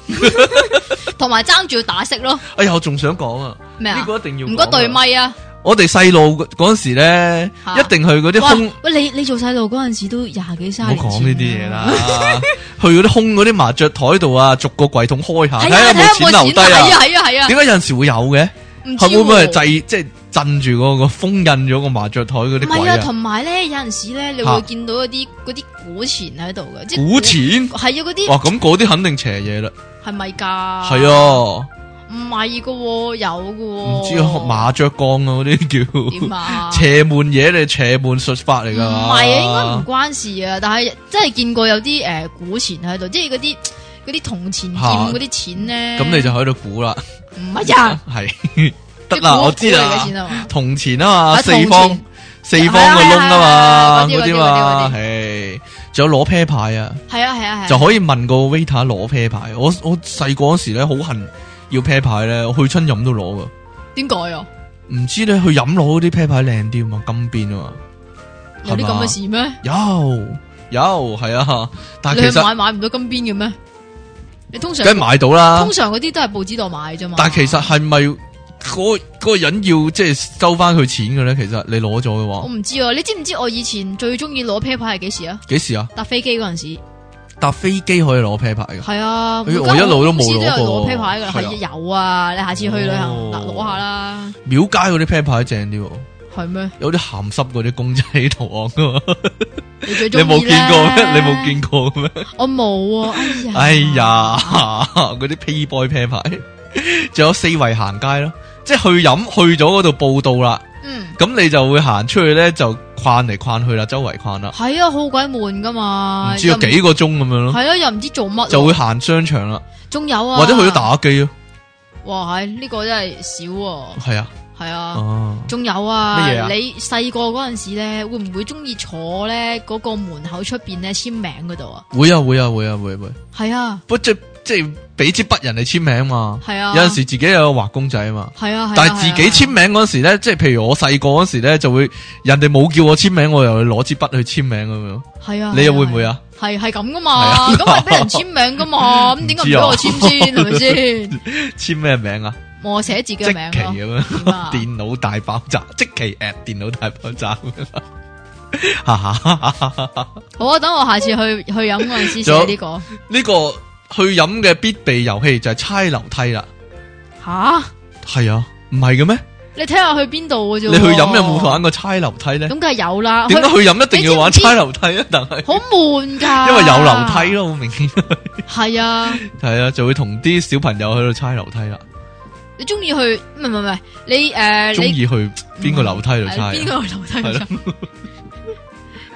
同埋爭住要打色咯，
哎呀，我仲想講啊，
咩
呢
啊？
個一定要
唔該
講啊
對。咪啊！
我哋細路嗰陣時咧，
嚇
一定去嗰啲
哇
空，
喂，你你做細路嗰陣時都廿幾
唔
三
好
年前
講呢啲嘢。啦。 去嗰啲空嗰啲麻雀台度啊，逐個櫃桶開下，睇
係
下
啊，
有
睇下
冇
有
錢留
冇
低
錢
啊。
啊！係啊，係啊，係啊，
點解有陣時會有嘅？
唔知
係會唔會係
喎
制即係鎮住嗰個封印咗個麻雀台嗰
唔
啲鬼
係啊，
啊？
同埋咧，有陣時咧，你
嚇
會見到嗰啲嗰啲古錢喺度嘅，即係
古錢
係啊，嗰
哇，
啲
咁嗰啲肯定邪嘢啦，
係咪噶？
係，啊，
唔係噶，有噶。
唔
唔
知啊麻雀缸啊嗰啲
哦
叫
點 啊？
邪門嘢嚟，邪門術法嚟
唔
噶，
係啊，應該唔關事啊。但係真係見過有啲誒古錢喺度，即係嗰啲嗰啲銅錢劍
嚇
嗰啲錢咧。
咁你就喺度估啦，
唔係啊？
係得啦，我知
啲古
啦
古嚟嘅，錢啊嘛
銅錢啊嘛，
啊
四
銅
方
錢
四方個窿啊嘛，嗰
係啊係啊係啊嗰啲
啲嘛，
嗰啲嗰啲嗰
係，仲有攞啤牌啊，
係啊係啊係。
就可以問個 waiter 攞啤牌，我我細個嗰時咧好恨要啤牌咧，我去親飲都攞噶。
點解啊？
唔知咧，去飲攞嗰啲啤牌靚啲啊嘛，金邊啊嘛，
有啲
係嘛
咁嘅事咩？
有有係啊，但
你
係
去
其實
買買唔到金邊嘅咩？你通常
梗係買到啦
通，常嗰啲都係報紙度買啫嘛。
但係其實係咪嗰嗰個人要即係收翻佢錢嘅咧？其實你攞咗嘅
我
話，
唔知啊，你知唔知我以前最中意攞啤牌係幾時啊？
幾時啊？
搭飛機嗰陣時，
搭飛機可以攞啤牌嘅，
係啊，
哎
每間
我一路都冇
公司
攞
有
過
攞啤牌噶，
係
係
啊
有啊，你下次去旅行
哦
嗱攞下啦，
廟街嗰啲啤牌正啲喎，
係咩？
有啲鹹濕嗰啲公仔圖案噶嘛，
你最
啊你
中意
冇見過咩？
咧
你冇見過咩？
我冇啊，哎呀，
哎呀，， 嗰啲 Payboy 啤牌， 仲有四圍行街咯，即係去飲去咗嗰度報道啦。
嗯，
咁你就會行出去咧，就逛嚟逛去啦，周圍逛啦，
係啊，好鬼悶噶嘛，
唔知有
又
幾個鐘咁樣咯，
啊係啊，又唔知做乜，
就會，行商場啦，
仲有啊，
或者去咗，打機咯，
哇，係呢個真係少喎，
係啊，
係啊。
哦，
仲有啊，
乜嘢啊
你細個嗰陣時咧，會唔會中意坐咧嗰個門口出邊咧簽名嗰度啊？
會啊會啊會啊會啊會啊，
係啊，
不即即係俾支筆人哋簽名嘛，
係啊，
有陣時自己有畫公仔啊嘛。
係啊，係啊
但係自己簽，名嗰陣時咧，即係譬如我細個嗰時咧，就會人哋冇叫我簽名，我又去攞支筆去簽名
係
咁
啊，
樣。你又會唔會啊？
係？係係咁噶
係啊
嘛，咁係俾人簽名 噶嘛，咁點解唔俾我簽先？係咪先？
簽咩名啊？
我寫自己
即
嘅
期
名咯
咁樣。
點啊，
電腦大爆炸，即期 at 電腦大爆炸咁樣。哈哈哈哈哈哈
好啊，等我下次去去飲嗰陣時寫呢個
呢個去飲嘅必備遊戲就係猜樓梯啦。
吓，
係啊，唔係嘅咩？
你睇下去邊度嘅啫
你
喎。
去飲有冇玩過猜樓梯咧？
咁梗係有啦，
點解
去
去飲一定要玩
啊你知唔知啊
猜樓梯啊？但係
好悶㗎？
因為有樓梯，咯，好明顯
係啊。
係啊，就會同啲小朋友喺度猜樓梯啦。
你中意去唔係唔係唔係你诶
中
你嗯
意去邊個樓梯度猜啊？
邊個留低
係
佢
咯
就？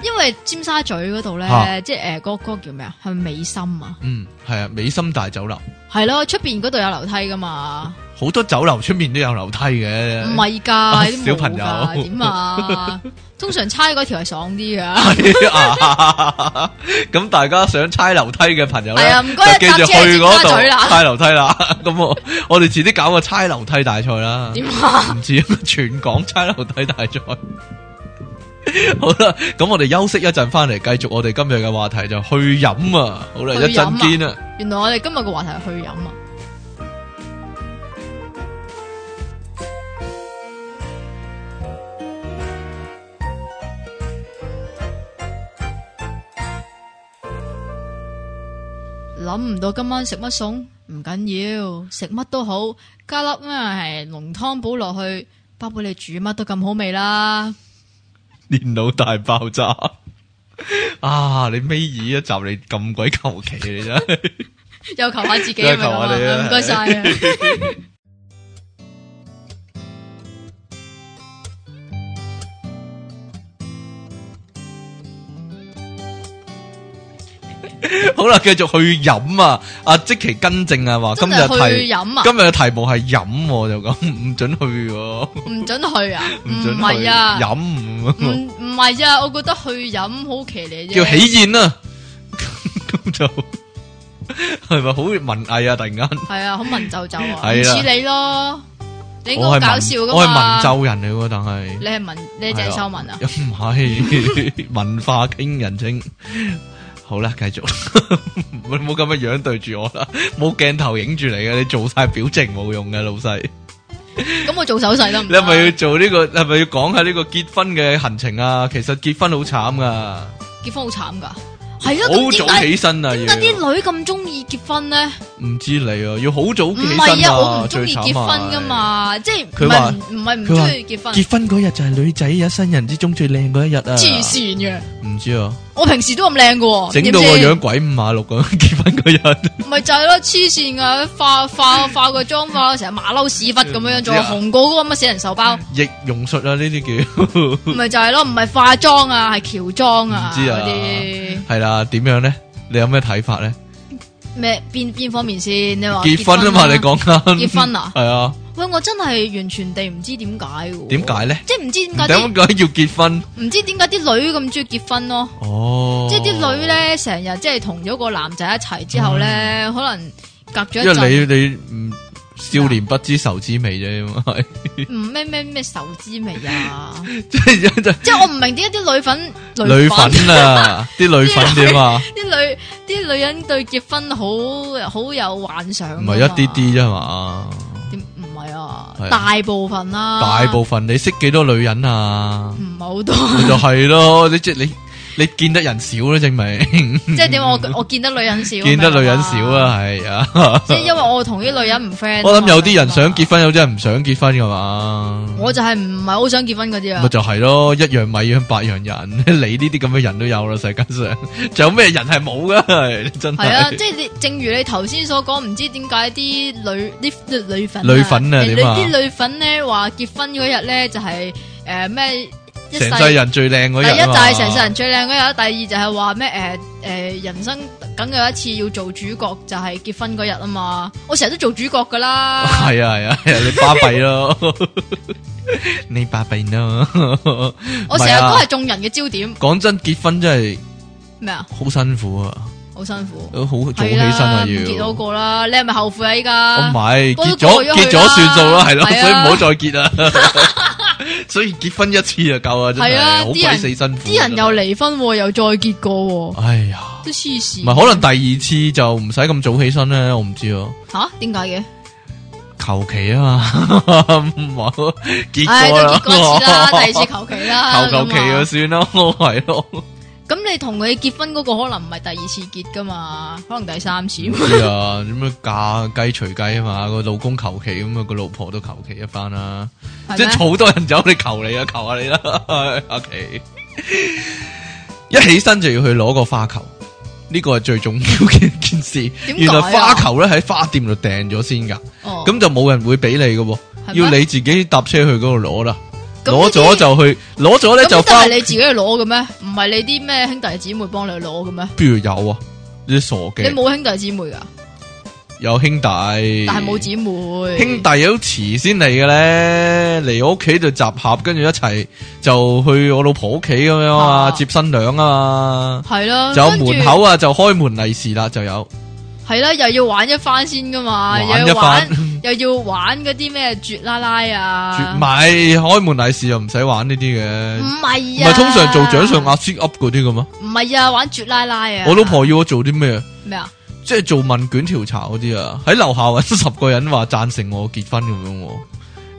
因為尖沙咀嗰度咧
嚇，
即係诶嗰個嗰個叫咩啊？係咪美心啊？
嗯，係啊，美心大酒樓，
係咯，出边嗰度有樓梯噶嘛？
好多酒樓出面都有樓梯嘅。
唔係㗎，有啲
啊小朋友
冇㗎 點啊？通常猜嗰條係爽啲㗎。
係啊 咁大家想猜樓梯嘅朋友咧，
係啊唔
就
該
記住
搭車
去嗰
尖沙咀
度
啦
猜樓梯啦。咁我我哋遲啲搞個猜樓梯大賽啦。
點啊？
唔知全港差樓梯大賽。 好啦，咁我哋休息一陣，翻嚟繼續我哋今日嘅話題就去飲啊！好啦，
去
一
飲啊
陣見啊！
原來我哋今日嘅話題係去飲啊！諗唔到今晚食乜餸唔緊要，食乜都好，加粒咩係濃湯寶落去，包保你煮乜都咁好味啦。
電腦大爆炸 啊！你尾二一集你咁鬼求其，你真係
又求下自己
又求
咪
下
咁啊！
你啊
唔該晒啊！
好啦，繼續去飲啊！阿即其更正啊， 話今
真
日
係
題
去飲啊！
今日嘅題目係飲喎，就咁唔准去喎，
唔准去啊？
唔准
唔
去
係啊？
飲
唔唔系啊，我覺得去飲好騎呢啫。
嗯叫喜宴啊！咁就係咪好文藝啊？突然間。
系啊，好文绉绉啊，唔
係啦
似你咯，你應該
我
好
係
搞
文
笑噶
我係
嘛。
文州人嚟喎，但係
你係文，你
係啊
係鄭秀文啊？
又唔 係文化傾人稱。好啦，繼續，你冇咁嘅樣對住我啦，冇鏡頭影住你嘅，你做晒表情冇用嘅，老細。
咁我做手勢得唔啊
你係咪要
得？
做呢、個？係咪要講下呢個結婚嘅行程啊？其實結婚好慘噶，
結婚好慘㗎，係啊，
好
咁點
早
解
起身啊，
點解
要
啲女咁中意結婚咧？
唔知你啊，要好早
唔
起身
係啊，我唔中
最
意
慘
結婚噶
係。
嘛，即係
佢
唔
話
係唔唔係唔
佢話
中意結婚，啊
結婚嗰日就係女仔一生人之中最靚嗰一日啊！
黐線嘅。
唔知啊。
我平時都咁靚噶，
整
點
到個
知
樣鬼五馬六 咁，結婚嗰日
咪就係咯，黐線噶，化化化個妝化到成日馬騮屎忽咁樣，
唔知
仲有
啊
紅過嗰個乜死人手包。
易容術啊，呢啲叫
咪就係咯，唔係化妝啊，係喬裝啊
唔知啊
嗰啲
係啦。點樣咧？你有咩睇法咧？
咩邊邊方面先？你話
結婚啊嘛，你講緊
結婚 啊
係啊？
喂，我真係完全地唔知點解喎。
點解咧？
即係唔知點解啲
點解要結婚？
唔知點解啲女咁中意結婚咯？
哦，
即係啲女，咧成日即係同咗個男仔一齊之後咧，可能隔咗一
因
陣
為你你唔少年不知愁滋味啫嘛，係
唔咩咩咩愁滋味啊！
即係
即係我唔明點解啲女粉
女粉啊，啲女粉 點啊？
啲女啲女人對結婚好好有幻想㗎
唔
嘛，
係一啲啲啫嘛，
點唔係啊
係啊，
大部分啦，
大部分你識幾多女人啊？
唔係好 多，
咪就係咯，你即係你你見得人少啦，證 明。
即係點啊？我我見得女人少，
見得女人少！啊，係 啊。
即係因為我同啲女人唔 friend。啊
我諗有啲人想結，婚，有啲人唔想結婚噶嘛。
我就係唔係好想結婚嗰
咪
啲啊。
就係咯，一樣米養百樣人， 你呢啲咁嘅人都有啦，世界上 仲有咩人係冇噶？ 真
係啊，即
係。
係你正如你頭先所講，唔知點解啲女啲啲女粉
女粉啊
你
點啊
啲女粉咧話結婚嗰日咧就係誒咩一
成世人最靚嗰
第
日
一
啊
就
嘛
係成世人最靚嗰日，啊第二就係話咩誒誒人生梗有一次要做主角，就係、結婚嗰日啊嘛。我成日都做主角噶啦，
係啊係啊係啊，你巴閉咯， 你巴閉 咯。
我成日
啊
都係眾人嘅焦點。
講真，結婚真係
咩啊？
好辛苦啊，
好辛苦。
好早起
係
身啊
啦，唔結
要。
好過啦。你係咪後悔啊？依
我哦唔
家
係結咗
我都過咗
結
去
咗
啦
算數 啦，係咯，
係啊
所以唔好再結啦。 所以結婚一次就夠啦，真
係啊
係好
啲
鬼
人
死辛苦。
啲
真係
人又離婚喎，又再結過喎，
哎呀，
都黐線。
唔係可能第二次就唔使咁早起身咧，我唔知啊。
吓？點解嘅？
求其啊嘛， 唔好結
唉，都
過啦
結過一次 啦，第二次求其啦。
求求其
咁
就
啊
算咯，係咯，
咁你同佢結婚嗰個可能唔係第二次結噶嘛，可能第三次。
唔知啊，點樣嫁雞隨雞啊嘛，個老公求其咁啊，個老婆都求其一番啦。
係
即
咩
系好多人走，你求你啊，求下你 啦，阿奇。一起身就要去攞個花球，呢個係最重要嘅一件事。
點解
原
啊
來花球咧喺花店度訂咗先㗎，
哦，
咁就冇人會俾你嘅喎，
係咩
要你自己搭車去嗰度攞啦。
咁
攞咗就去，攞咗咧
咁
就
都係
翻。
你自己去攞嘅咩？唔係你啲咩兄弟姊妹幫你去攞嘅咩？
邊度有啊？你傻
你
嘅，
冇兄弟姊妹噶，
有兄弟，
但係冇姊妹。
兄弟有遲先嚟嘅咧，嚟我屋企就集合，跟住一齊就去我老婆屋企咁樣啊，
啊
接新娘啊嘛，
係啦，
就有
跟住
門口啊，就開門利是啦，就有
係啦，又要玩一番先噶嘛，
玩
又
一
要
番
玩， 又要玩嗰啲咩絕啦啦
絕
啊，
咪開門利是又唔使玩呢啲
唔
嘅，唔
係啊，
係通常做掌上壓 sit up 嗰啲咁啊。
唔係啊，玩絕啦啦啊！
我老婆要我做啲咩啊？
咩啊？
即係做問卷調查嗰啲啊，喺樓下揾 十個人話贊成我結婚咁樣喎，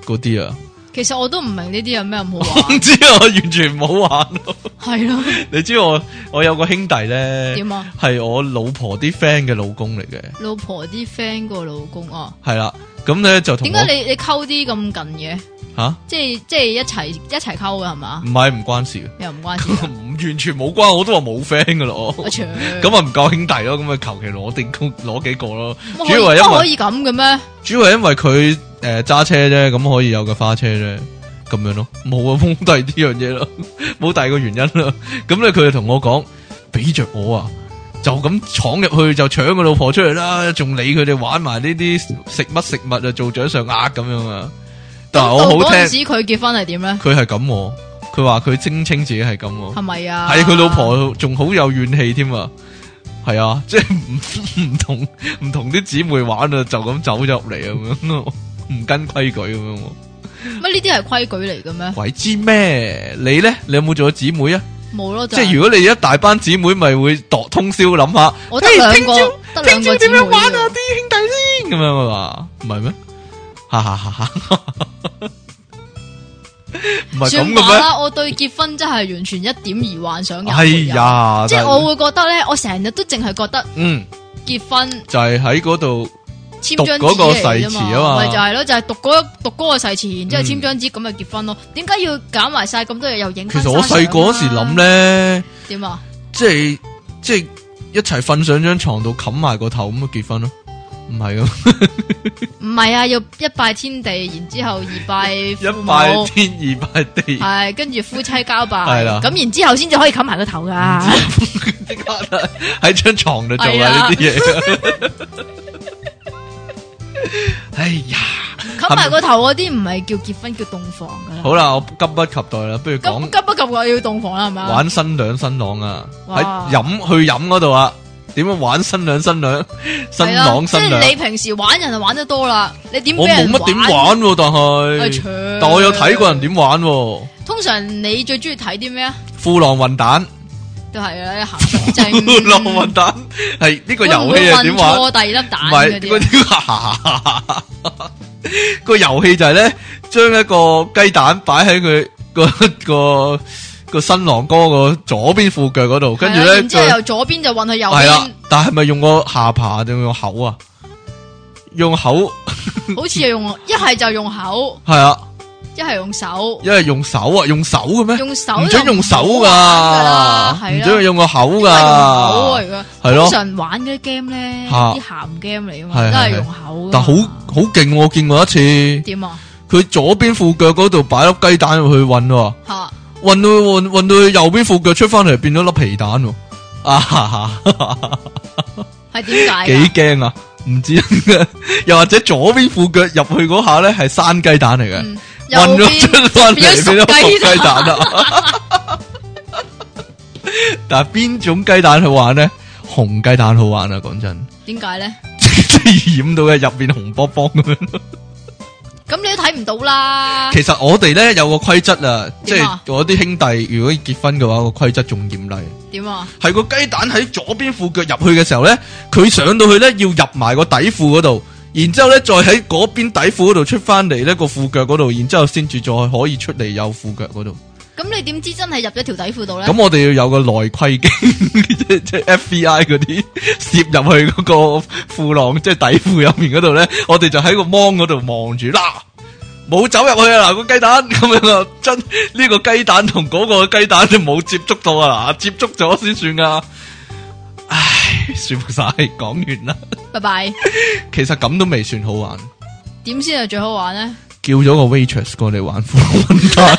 嗰啲啊，
其實我都唔明呢啲有咩咁好
我唔
玩，
知啊，我完全冇玩咯。
係咯？
你知我我有個兄弟咧，
點啊？
係我老婆啲 friend 嘅老公嚟嘅，
老婆啲 friend 個老公啊，
係啦，咁咧就同
點
我
解你你溝啲咁近嘅？
吓
即係即係一齊一齊溝嘅係嘛
唔？係唔關事
又唔 關事
嘅，
㗎。
唔完全冇關，我都話冇 friend 噶咯，
我長
咁啊唔夠兄弟咯，咁咪求其攞定工攞幾個咯，
乜
主要係
可
因為
以乜可以咁嘅咩？
主要係因為佢诶揸車啫，咁可以有架花車啫，咁樣咯，冇啊冇第二呢樣嘢咯， 冇第二個原因啦，咁咧佢就同我講，俾着我啊！就咁闖入去就搶個老婆出嚟啦，仲理佢哋玩埋呢啲食乜食物啊，做掌上壓咁樣啊！但係
咁到
我好聽
嗰陣，時佢結婚係點咧？
佢係咁喎，佢話佢聲稱自己係咁喎，
係咪啊？
係佢老。婆仲好有怨氣添啊！係啊， 即係唔唔同唔同啲姊妹玩啊，就咁走咗入嚟咁樣咯， 唔跟規矩咁樣喎。
乜呢啲係規矩嚟嘅咩？
鬼知咩？你咧，你有冇做咗姊妹啊？
冇咯，
即係如果你一大班姊妹，咪會度通宵諗下，
我得
嘿
兩
聽朝
個，得
聽
兩
朝
個姊
點
妹
樣玩啊？啲
啫。
兄弟先咁樣啊嘛，唔係咩？哈哈哈哈！ 唔係咁
算
嘅
話
咩？
啦，我對結婚真係完全一點兒幻想
哎
也沒有。
呀，
即
但
係我會覺得咧，我成日都淨係覺得
嗯，
結婚
就係喺嗰度
簽
讀
張
嗰
紙
個
嚟啫
誓詞啊嘛
咪就係咯，就係讀嗰讀嗰個誓詞，然之後
嗯
簽張紙咁就結婚咯。點解要搞埋晒咁多嘢又影？啊
其實我細個嗰時諗，咧，
點啊？
即係即係一齊瞓上張床度冚埋個頭咁就結婚咯，唔係咁
唔係啊，要一拜天地，然之後二拜父
一
母
拜天二拜地，
係跟住夫妻交拜，
係啦
咁然之後先至可以冚埋個頭噶。
即刻喺張床度做啊
啊
啦呢啲嘢。哎呀，
冚埋個頭嗰啲唔係叫結婚，叫洞房噶啦。
好啦，我急不及待啦，不如
咁
講
急不及待要洞房啦，係咪啊？
玩新娘新郎啊，
哇
喺飲去飲嗰度啊，點樣玩新娘新娘新
係啦啊
郎新
即係
娘？
你平時玩人就玩得多啦，你點俾
我冇
人哎
乜點玩喎，但
係
係
長
但我有睇過人。點玩喎，
通常你最中意睇啲咩啊？
富浪混蛋。
都係啊，你行 正
富 浪混蛋系呢个游戏系
係
点玩？唔
第二粒蛋
系
嗰啲
嗰
啊。
啲 个游戏就系咧，将一个鸡蛋摆喺佢个个个新郎哥个左边裤脚嗰度，跟住
係啊
咧
然之後
就
由左邊就運去右
系啦
邊，。
但系咪用个下巴定用口啊？用口
好似係用一係就用口，
系啊，
一係 用手。
因为用手啊，用手嘅咩？
用手
唔准用手
就唔好玩㗎
噶
啦，
唔
係
准
啦，
用个口
都係用口
噶
嚟，噶。
系咯
通。常玩嗰啲 game 咧，
嚇
啲鹹 game 嚟噶嘛，
係
都
係
係
係
用口㗎嘛。
但好好劲，我见过一次。
點啊？
佢左邊褲腳嗰度擺粒雞蛋入去運喎，
嚇！
運到運運到右邊褲腳出翻嚟變咗粒皮蛋喎，啊哈哈，
係點解
幾
㗎？
驚啊！唔知 又或者左邊褲腳入去嗰下咧係生雞蛋嚟嘅，
嗯，右
運咗
邊
出翻嚟變咗
變咗
熟
熟雞
雞蛋啊啦。但係邊種雞蛋好玩咧？紅雞蛋好玩啊！講真，
點解咧？
即係染到嘅入邊紅卜卜咁樣。
咁你都睇唔到啦。
其實我哋咧有個規則啊，即
點
係
啊
我啲兄弟如果結婚嘅話，個規則仲嚴厲，
點啊？
係個雞蛋喺左邊褲腳入去嘅時候咧，佢上到去咧要入埋個底褲嗰度，然之后咧再喺嗰邊底褲嗰度出翻嚟呢個褲腳嗰度，然之后先至再可以出嚟右褲腳嗰度。
咁你點知真係入咗條底褲度咧
咁？我哋要有個內規嘅， 即即 FBI 嗰啲攝入去嗰個褲浪，即係底褲入面嗰度咧，我哋就喺個芒嗰度望住啦。冇走入去啊！嗱，個雞蛋咁樣啊，真呢、個雞啊蛋同嗰個雞蛋就冇接觸到啊！嗱，接觸咗先算噶。唉，说晒，講完啦。
拜拜。
其實咁都未算好玩，
點先係最好玩咧？
叫咗個 waitress 過嚟玩苦混蛋。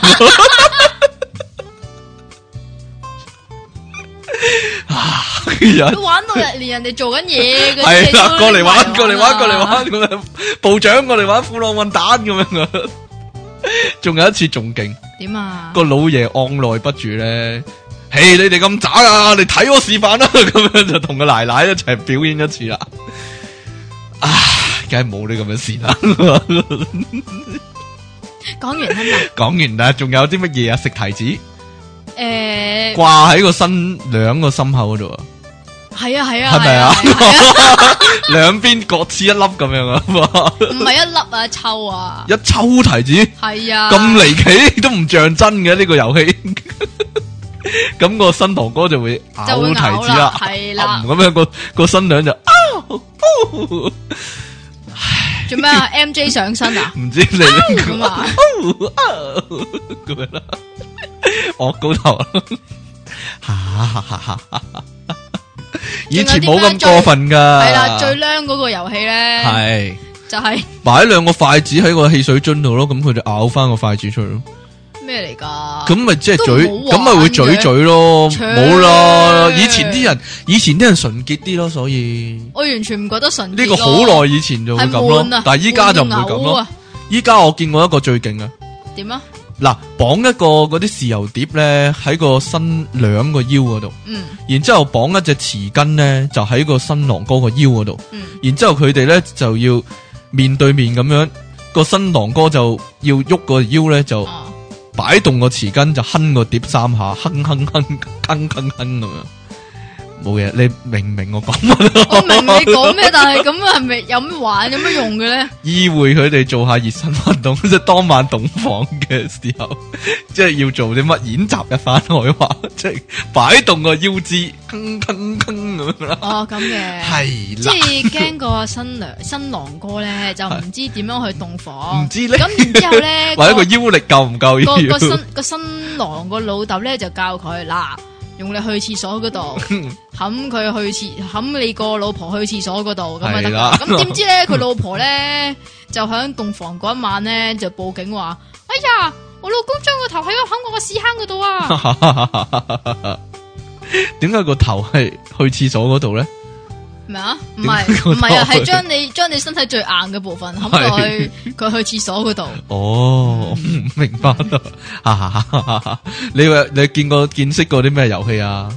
啊有
佢玩到連人哋做緊嘢嗰啲嘢
系啦，
都
过嚟玩，
嚟
过嚟玩，
玩
过嚟
啊
玩咁样，部长过嚟玩富浪混蛋咁样啊！仲有一次仲劲，
點啊？
个老爷按耐不住咧，嘿，你哋咁渣啊！你睇我示范啦， 咁样就同个奶奶一齐表演一次啦。啊，梗系冇你咁样事啦。
講完啦嘛。
讲完啦，仲有啲乜嘢啊？食提子
诶，
挂喺个新娘个心口嗰度啊！
係啊係
係
啊，
咪啊
係係啊
两边各刺一粒咁样啊， 哇
唔係一粒啊，一抽啊
一，抽提子。
係啊。
咁離奇都唔像真嘅呢個遊戲， 咁個新堂哥就會咬
就會
提
咬
子啦，
啦係啦
嗯咁樣個個新娘就啊
做咩啊？MJ 上身啊？
唔知你咁
咁
啊
啊？
咁樣啦， 惡高頭啦， 哈以前冇咁過分噶，
係啦，最僆嗰個遊戲咧，
係
就係
擺兩個筷子喺個汽水樽度咯，咁佢就咬翻個筷子出去咯。
咩嚟㗎？
咁咪即系
啊都
嘴，
唔
咁
好玩啊
咪会嘴
嘅
嘴咯，
切
冇啦。以前啲人，以前啲人純潔啲咯，所以
我完全唔覺得純
呢
個
個好耐以前就會
係
咁
悶
咯
啊，，
但系依家就唔會
悶到
咁
嘔
咯
啊。。
依家我見過一個最勁嘅，
點啊？
嗱，綁一個嗰啲豉油碟咧喺個新娘個腰嗰度，
嗯
然之后绑一隻匙羹咧就喺個新郎哥個腰嗰度，
嗯，
然之后佢哋咧就要面對面咁樣，個新郎哥就要喐個腰咧就。
哦，
摆动个匙羹就哼个碟三下，哼哼哼哼哼哼咁样，冇嘢。你明唔明我讲乜啊？
我明你講咩，但係咁係咪有咩玩有咩用嘅 咧？
意會佢哋做下熱身運動，即係當晚洞房嘅時候，即係要做啲乜演習一番我話，即係擺動個腰肢，哼哼哼咁樣啦。
哦，咁嘅，
係
即
啦，
係驚個新娘新郎哥咧就唔知點樣去洞房
唔，知咧，
咁然之後咧，
或者
個
個腰力夠唔 夠
個個
要？
新個新郎個老豆咧就教佢嗱，用你去廁所 嗰度冚佢去廁，冚你個老婆去廁所嗰度咁啊得
係
啦
啦。
咁點知咧佢老婆咧就喺洞房嗰一晚咧就報警話：哎呀，我老公將個頭喺我冚我個屎坑嗰度 啊！
點解個頭係去廁所嗰度咧？
咩啊？唔
點解
係
個
唔係啊？
頭
係將你將你身體最硬嘅部分冚到去佢去廁所嗰度。
哦，明白啦。啊你話你見過見識過啲咩遊戲啊？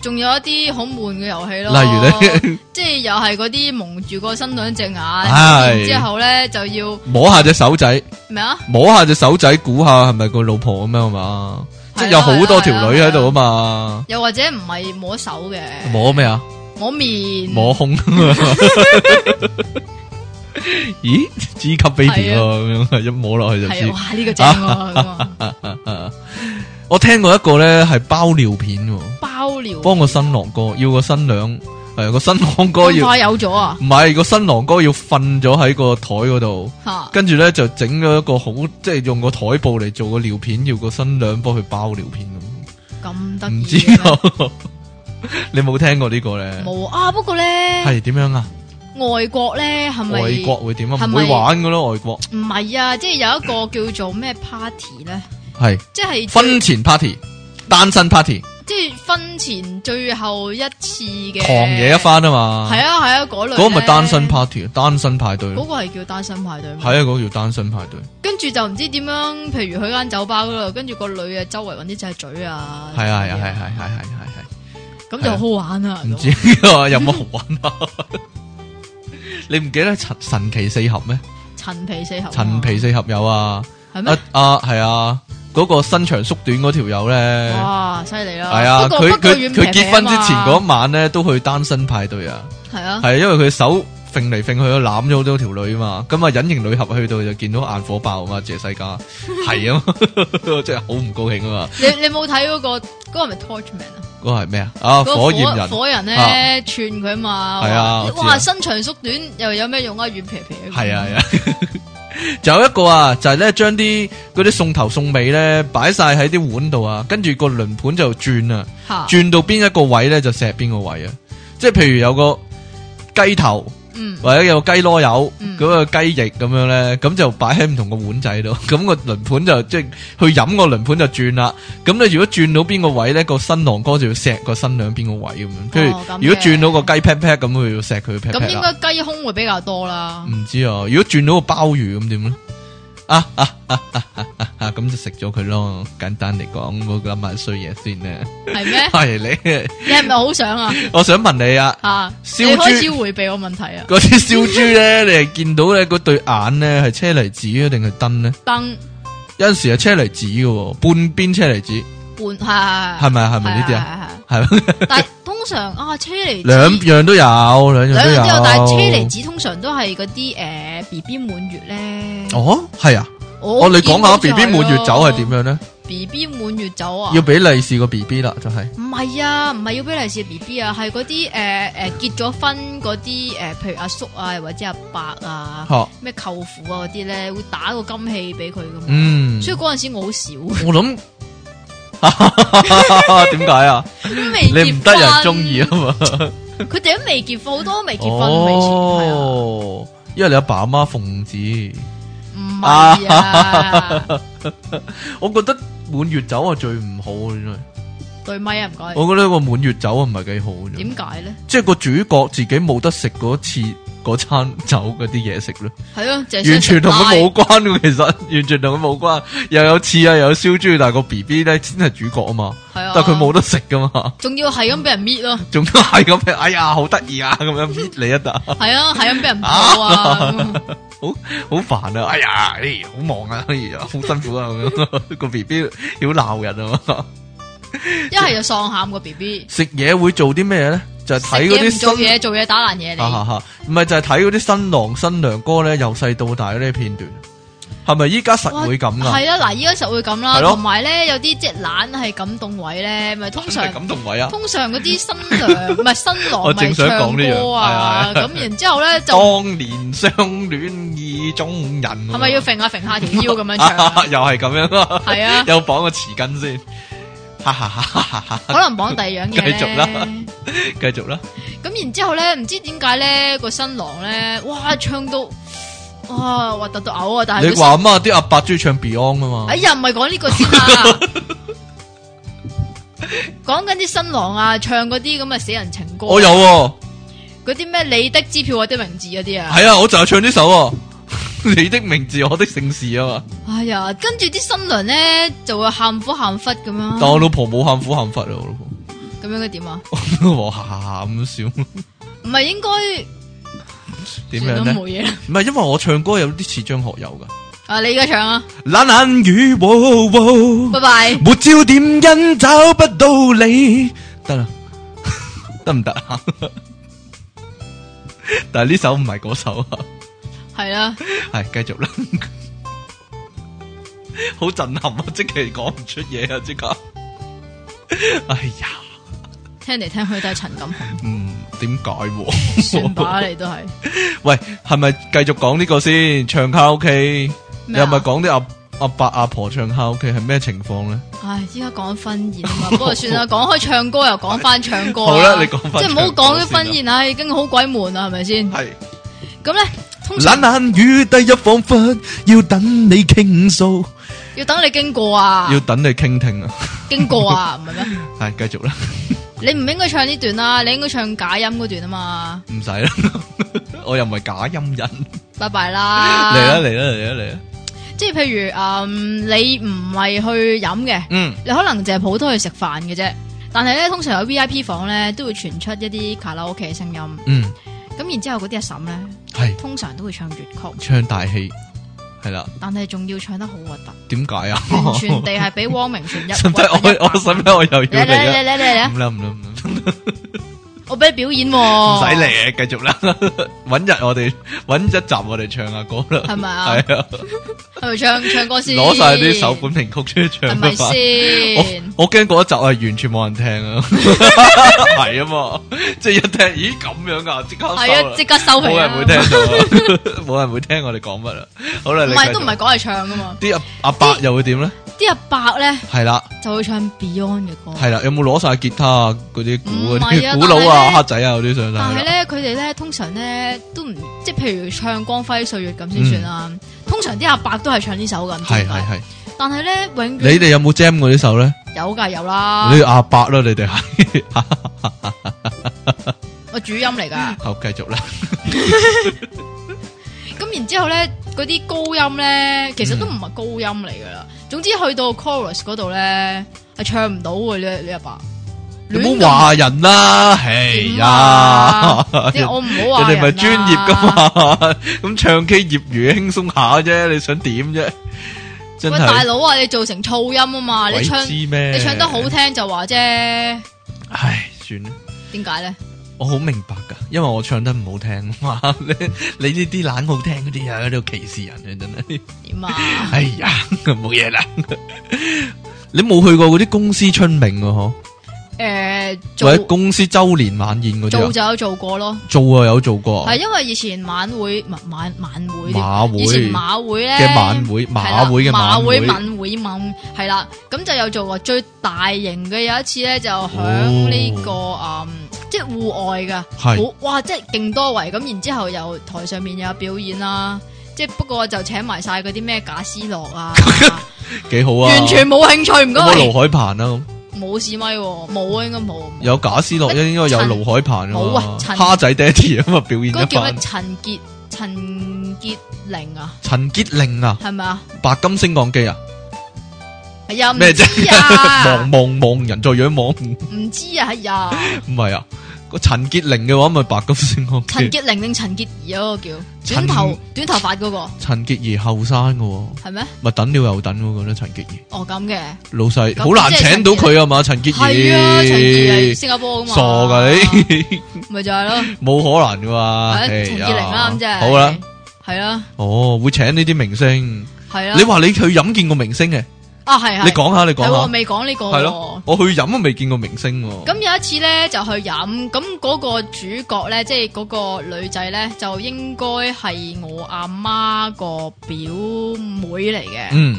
仲有一啲好悶嘅遊戲咯，
例如 咧，
即係又係嗰啲蒙住個新娘隻眼，
唉
然之後咧就要
摸下隻手仔，
咩啊？
摸下隻手仔，估下係咪個老婆咁樣係嘛？即係
係
有
啦
好多條女喺度啊嘛。
又或者唔係摸手嘅，
摸咩啊？
摸面，
摸 胸。咦，G 級 baby 喎，
係啊
咁樣一摸落去就
係
知
啊，。哇呢個正 喎咁啊，
我聽過一個咧係包尿片喎，
包尿，
幫個新郎哥，要個新娘，誒個新郎哥
咁
要。
快有咗啊
唔係個新郎哥要瞓咗喺個台嗰度，
吓，
跟住咧就整咗一個好，即係用個台布嚟做個尿片，要個新娘幫佢包尿片咁。
咁得
唔
意
知
嘅咩，
啊 你冇聽過呢個咧？
冇啊！不過咧，
係點樣啊？
外國咧係咪
外國會點啊？
係
唔
咪
會玩噶咯，外國
唔係啊？即係有一個叫做咩 party 咧，
係
即係
婚前 party、單身 party，
即係婚前最後一次嘅
狂野一，番啊嘛。
係啊係啊嗰類，
嗰個咪單身，party，單啊身派對
嗰
咯。
個係叫單身派對咩，
係啊，嗰個叫單身派對。
跟住就唔知點樣，譬如去間酒吧嗰度，跟住個女啊周圍揾啲隻嘴啊，
係啊係啊
嗰
係
啲
係係係係係。
咁就好玩啊，
唔知
咁
啊，有乜好玩啊？ 你唔記得神神奇四俠咩？
陳皮四合，
陳皮四俠有啊，
係
啊
咩？
啊係啊，嗰、個身長縮短嗰條友咧，
哇，犀利啦！
係啊，
不過
佢
不過
佢
軟
佢
皮
結
皮
婚
啊
之
嘛
前嗰晚咧都去單身派對啊，
係啊，
係因為佢手揈嚟揈去都攬咗好多條女啊嘛，咁啊隱形女俠去到就見到眼火爆啊嘛，謝世 嘉係啊嘛， 真係好唔高興啊嘛，
你你冇睇嗰個嗰個係咪 Torchman 啊？
嗰個係咩啊？啊
嗰個
火焰人
火人咧
啊
串佢嘛，
係啊
話
我知啊
哇身長縮短又有咩用啊？軟皮皮嗰個
係啊係啊， 仲有一個啊，就係咧將啲嗰啲送頭送尾咧擺晒喺啲碗度啊，跟住個輪盤就轉啊，
嚇
轉到邊一個位咧就錫邊個位啊，即係譬如有個雞頭
嗯，
或者有個雞啰柚，
嗯
嗰個雞翼咁樣咧，咁就擺喺唔同個碗仔度， 咁個輪盤就即係去飲個輪盤就轉啦。咁你如果轉到邊個位咧，個新郎哥就要錫個新娘邊個位咁樣。譬如
哦咁嘅
如果轉到個雞 pat pat 咁，佢要錫佢 pat
咁
pat
應
啦。
該雞胸會比較多啦。
唔知啊，如果轉到個鮑魚咁點咧？啊啊啊啊啊啊啊！咁就食咗佢咯。簡單嚟講，冇諗埋衰嘢先咧。？
係 咩
係你，
你係咪 好想啊？
我想問你啊，
啊，
燒
你開始
豬
迴避我問題啊？
嗰啲燒豬咧，你係見到咧嗰對眼咧係車厘子啊定係燈咧？
燈
有陣時係車厘子嘅喎，半邊車厘子，
半係
係咪係咪呢啲啊？
啊？
係
係係係但係通常啊，車厘 子
兩樣都有，兩樣
兩樣都有，但係
都有。
車厘子通常都係嗰啲誒 B B 滿月咧。
哦，係啊，
我
我你講下 B
見
B
過
滿月酒係點樣咧？
？B B 滿月酒啊？
要俾利是個 B B 啦，就係。
唔係啊，唔係要俾利是 B B 啊，係嗰啲誒誒結咗婚嗰啲誒，譬如阿叔啊或者阿伯啊，
嚇，
咩舅父啊嗰啲咧，會打個金器俾佢噶嘛。
嗯，
所以嗰陣時 我好少，
我諗 點解啊？
都
你
未結婚
唔得人中意啊，嘛？
佢哋都未結婚，好多都未結婚未啊結
哦，因為你阿爸阿媽奉旨。
係啊，唔係啊，
我覺得滿月酒啊係最唔好嘅，真係。
對咪啊唔該，
我覺得個滿月酒啊唔係幾好嘅。
點解咧？
即係個主角自己冇得食嗰次嗰餐酒嗰啲嘢食咯，
係咯，就
完全同佢冇關嘅，其實完全同佢冇關，又有刺啊，又有燒豬，但係個 B B 咧先係主角啊嘛，
係啊，
但係佢冇，得食噶嘛，
仲要係咁俾人搣咯，
仲都係咁樣，哎呀好得意啊，咁樣搣你一啖，
係啊，係咁俾人抱啊，咁
好煩啊，哎呀，哎好忙啊，哎呀好辛苦啊，咁樣個 B B 要鬧人啊嘛，
一係就喪喊個 B B，
食嘢會做啲咩咧？就係睇嗰啲
食嘢唔做
新
嘢，做嘢打爛
哈
嘢你，
啊哈哈，唔係就係睇嗰啲新郎新娘歌咧，由細到大嗰啲片段，係咪依家實會咁啊噶？
係啊啦，嗱依家實會咁
係
啦，
咯
同埋咧有啲即係懶係感動位咧，咪通常
真係。感動位啊！
通常嗰啲新娘唔係新
我
郎
正
咪
想講
唱
呢樣
歌啊，
係係
咁然之後咧就
當年相戀意中人，
係
係
咪要揈下揈下條腰咁樣 唱？
又係咁樣啊！
係 啊，
又綁個匙巾先，哈哈哈哈哈！
可能綁第二樣嘢咧
繼續啦繼續啦，
咁然之後咧，唔知點解咧個新郎咧，哇唱到哇核突到嘔啊！但係
你
佢
話啊嘛，啲阿伯中意唱 Beyond 啊嘛，
哎呀，唔係講呢個先啦， 講緊啲新郎啊，唱嗰啲咁嘅死人情歌，
哦我有喎，
嗰啲咩你的支票我的名字嗰啲啊，
係啊，我就係唱呢首喎， 你的名字我的姓氏啊嘛，
哎呀，跟住啲新娘咧就會喊苦喊忽咁樣，
但我老婆冇喊苦喊忽啊，我老婆
咁樣應該點啊？
我老婆喊笑，
唔係應該
點
算
樣
啦
咧？
冇嘢啦，
唔係因為我唱歌有啲似張學友噶。
啊你而家唱啊，
冷冷雨，哇哇
拜拜。
沒焦點因找不到你，得啦， 得唔得啊？ 但係呢首唔係嗰首啊，
係啦，
係繼續啦。好震撼啊！即期講唔出嘢啊！即刻，哎呀，
聽嚟聽去都係陳錦鴻，
嗯，點解喎？
算把你都係。
喂，係咪繼續講呢個先？唱卡拉 OK，你
咩
係
啊
咪講啲阿阿伯阿婆唱卡拉 OK 係咩情況咧？
唉，依家講婚宴啊 嘛，不過算啦，講開唱歌又講翻唱歌。啊
好啦你講返
即係唔好講
唱
啲
歌
婚宴啊，已經好鬼悶啦，係咪先？
係。
咁咧，通
冷
常
冷雨滴入彷彿要等你傾訴，
要等你經過啊
要，等你傾聽啊！
經過啊，唔係咩？
係繼續啦，
你唔應該唱呢段啦，你應該唱假音嗰段啊嘛。
唔使啦，我又唔係假陰人，
拜拜
嚟
啦。
啦嚟啦嚟啦嚟啦，
即係譬如嗯，你唔係去飲嘅，
嗯，
你可能淨係普通去食飯嘅啫。但係咧，通常有 V I P 房咧，都會傳出一啲卡拉 OK 嘅聲音。
嗯，
咁然之後嗰啲阿嬸咧，
係
通常都會唱粵曲。
唱大戲，係啦，
但係仲要唱得好核突，
點解啊？
完 全地係俾汪明荃一
使唔使我我使唔使我又
嚟
要
嚟嚟
嚟
嚟嚟
啊？
嚟，
唔啦唔啦唔啦，
我俾你表演
唔
喎，
使嚟，繼續啦， 搵日我哋 搵一集我哋唱下歌啦，
係咪啊？
係啊，
係咪唱唱歌先？
攞晒啲首本名曲出去
係
唱
咪
啦嘛。
先？
我我惊嗰一集係完全冇人 聽啊，係啊嘛，即係一聽，咦咁樣噶，即刻收啦
係啊，即刻收皮
冇
啦
人會聽 到啊，冇人會聽我哋講乜啊。好啦，
唔
你
係
繼
都唔
續
係講係唱噶嘛？
啲阿阿伯又會點咧？
啲阿伯咧
系啦，
就會唱 Beyond 嘅歌，
系啦，有冇攞晒吉他啊嗰啲鼓嗰
唔係啊
啲鼓佬啊、
但係呢
黑仔啊嗰啲上晒
但
啦？
係咧佢哋咧通常咧都唔即係譬如唱《光輝歲月》咁先算啦。通常啲阿伯都係唱呢首咁，唔知
係，
點
系
解
系系，
但係咧永
你
遠
哋有冇 jam 嗰啲手咧？
有㗎有啦
你，哋阿伯啦，你哋係
我主音嚟㗎。
好繼續啦。
咁然之後咧，嗰啲高音咧，其實都唔係高音嚟噶啦。總之去到 chorus 嗰度咧，係唱唔到嘅呢呢一把。
你唔好話人啦，唉
點
呀
啊， 即係我唔好話
人哋咪
人啊
專業噶
啦。
嘛， 咁唱 K 業餘輕鬆下啫，你想點啫？真
喂，大
係
佬啊，你造成噪音啊嘛，
鬼
你唱
知咩？
你唱得好，聽就話啫，點
唉，算啦，
解咧？
我好明白噶，因為我唱得唔好聽 嘛，你你呢啲懶好聽嗰啲啊，喺度歧視人啊，真 係。
點啊？
哎呀，冇嘢啦。 你冇去過嗰啲公司春茗喎，嗬？
誒，
或
做
者公司周年晚宴嗰啲
做
啊？
就有做過咯，
做啊，有做過啊
係。因為以前晚會唔係晚晚會添，
馬會
以前馬會咧
嘅晚會，馬會嘅晚會
會，晚會晚係啦，咁就有做過最大型嘅有一次咧，就響呢、個
哦
嗯，即係戶外噶，
係
好哇，即係勁多圍咁，然之後又台上面又有表演啦，即係不過就請埋晒嗰啲咩賈斯樂 啊，
幾好啊！
完全冇興趣，唔
有冇
該，
盧海鵬啦，咁
冇試咪喎，冇啊，應該冇，
有賈斯樂，應該有盧海鵬啊
冇啊
嘛，
陳
蝦仔爹哋啊嘛，表演
嗰個
一
叫咩
番？。
陳潔陳潔玲啊，
陳潔玲啊，
係咪啊？
白金升降機啊，
哎呀，唔
咩啫
知？
望
啊，
望望人在仰望，唔
唔知啊，哎呀，
係啊。個陳潔玲嘅話咪白金升降
陳
機，
潔玲定陳潔儀嗰個叫
陳
短頭短頭髮嗰個
陳潔儀後生嘅喎，
係咩？
咪等了又等喎，覺得陳潔儀。
哦咁嘅，
老細
咁
好難
即係
請
陳
到
潔
佢啊嘛，陳潔
係啊，陳潔係
儀
新加坡噶 嘛，
傻噶你，
咪 就係咯，
冇可能噶嘛，
係啊陳潔玲啦咁即
係
係，
好啦，，
係啦，
哦會請呢啲明星，
係啦，
你話你去飲見過明星嘅，
啊係係，
你講下你講
係喎我
下，
未講呢個
係咯
喎。，
我去飲都未見過明星喎，
咁有一次咧就去飲，咁嗰個主角咧，即係嗰個女仔咧，就應該係我阿媽個表妹嚟嘅。
嗯，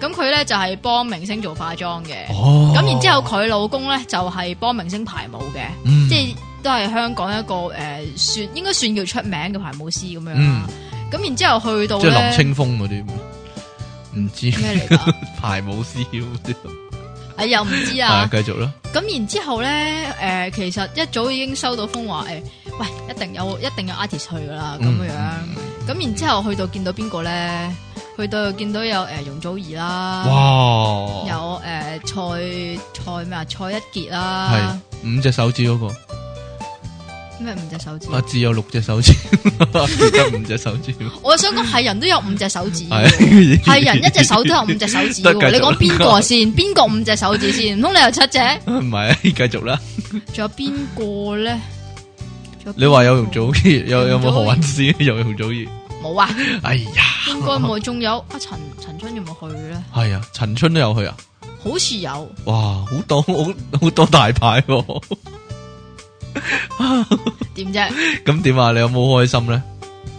咁佢咧就係幫明星做化妝嘅。
哦，
咁然之後佢老公咧就係幫明星排舞嘅。
嗯，
即係都係香港一個诶、呃算應該算叫出名嘅排舞師咁樣
嗯
啦。咁、然之後去到
即係
咧
林清風嗰啲，唔知
咩嚟㗎？
排舞師嗰啲，
哎又唔知
係
啊。
繼續啦，
咁然之後咧诶、呃其實一早已經收到風話诶、喂，一定有一定有 artist 去㗎啦咁
嗯
樣。咁、然之後去到見到邊個咧？去到見到有诶、呃容祖兒啦，
哇，
有诶、呃蔡蔡咩啊蔡一傑啦，
五隻手指嗰個。
咩五隻手指？
阿志有六隻手指，阿志得五隻手 指，
我想講係人都有五隻手指㗎喎。
係
系 人一隻手都有五隻手指
得繼續
喎，你講邊個先？邊個五隻手指先？唔通你有七隻？
唔係啊？繼續啦，
仲有邊個咧？仲有邊個
你話有容祖兒，有有
容祖
冇
兒
何韻詩？ 有容祖兒，
冇啊？
哎呀，
應該冇，仲有啊陳陳春有冇去咧？
係啊，陳春都有去啊，
好似有，
哇，好多 好好多大牌喎，
點啫？
咁點啊？你有冇開心咧？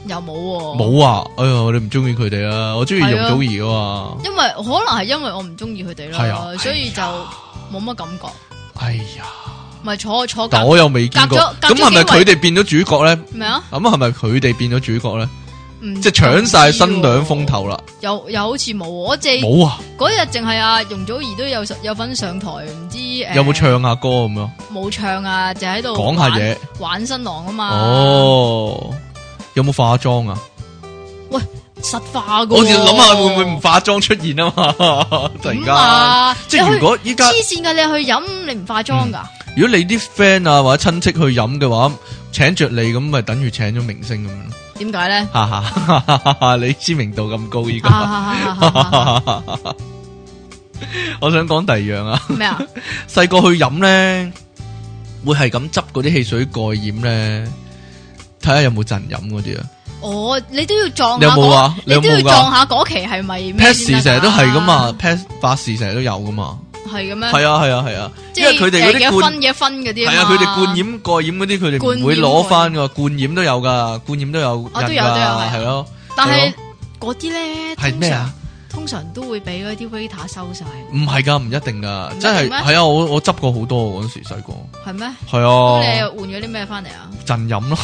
又冇喎，，
冇啊，哎呀，我哋唔中意佢哋啊，我中意
哦係
容
啊
祖兒啊嘛，
因為可能係因為我唔中意佢哋
係啊
啦，所以就冇乜感覺。
哎呀，
咪坐坐隔
但我又未見過，
隔咗隔
咁
咗
係咪
幾位
佢哋變咗主角咧？
咩啊？
咁係咪佢哋變咗主角咧？
唔
即係搶晒新娘風
風，
頭啦，
又又好似冇喎，我淨
冇啊，
嗰日淨係阿容祖兒都有有份上台，唔知誒
有冇唱下歌咁樣？
冇唱啊？就喺度
講下嘢。
玩新郎啊嘛，
哦，有冇化妝啊？
實化噶。
我就諗下會唔會唔化妝出現啊嘛？ 突然
咁
間，
啊？
即係如果依
你去
家，
黐線噶，你去飲你唔化妝噶？
如果你啲 friend 啊或者親戚去飲嘅話，請着你咁咪等於請咗明星咁樣咯。
點解咧？
哈哈哈哈哈哈，你知名度咁高依家。
啊
我想講第二樣啊，
咩啊？
細個去飲咧，會係咁執嗰啲汽水蓋掩咧，睇下有冇陣飲嗰啲啊。
哦，你都要撞
你
下
有冇
嗰，
啊？
你
有
都要
冇
撞
噶
下嗰期係咪咩
？Pass
先
成
得啊
日都係噶嘛，Pass 百事成日都有噶嘛。
係嘅咩？
系啊系啊系啊，
即
因為
係
佢哋嗰啲
誒嘅
灌
分嘅分嗰啲
係
嘛
啊，佢哋灌染蓋染嗰啲，佢哋唔會攞翻噶，灌染都有噶，灌染都有
哦都
人
有都有係
噶，
啊
係咯，
但係
係
嗰啲咧
係咩啊？？
通常都會俾嗰啲 waiter 收晒，
唔係㗎，唔一定㗎，
定
真係
咩
係啊！我我執過好多喎嗰陣時細個，
係咩？
係
咁
啊，
你換咗啲咩翻嚟啊？
陣飲咯，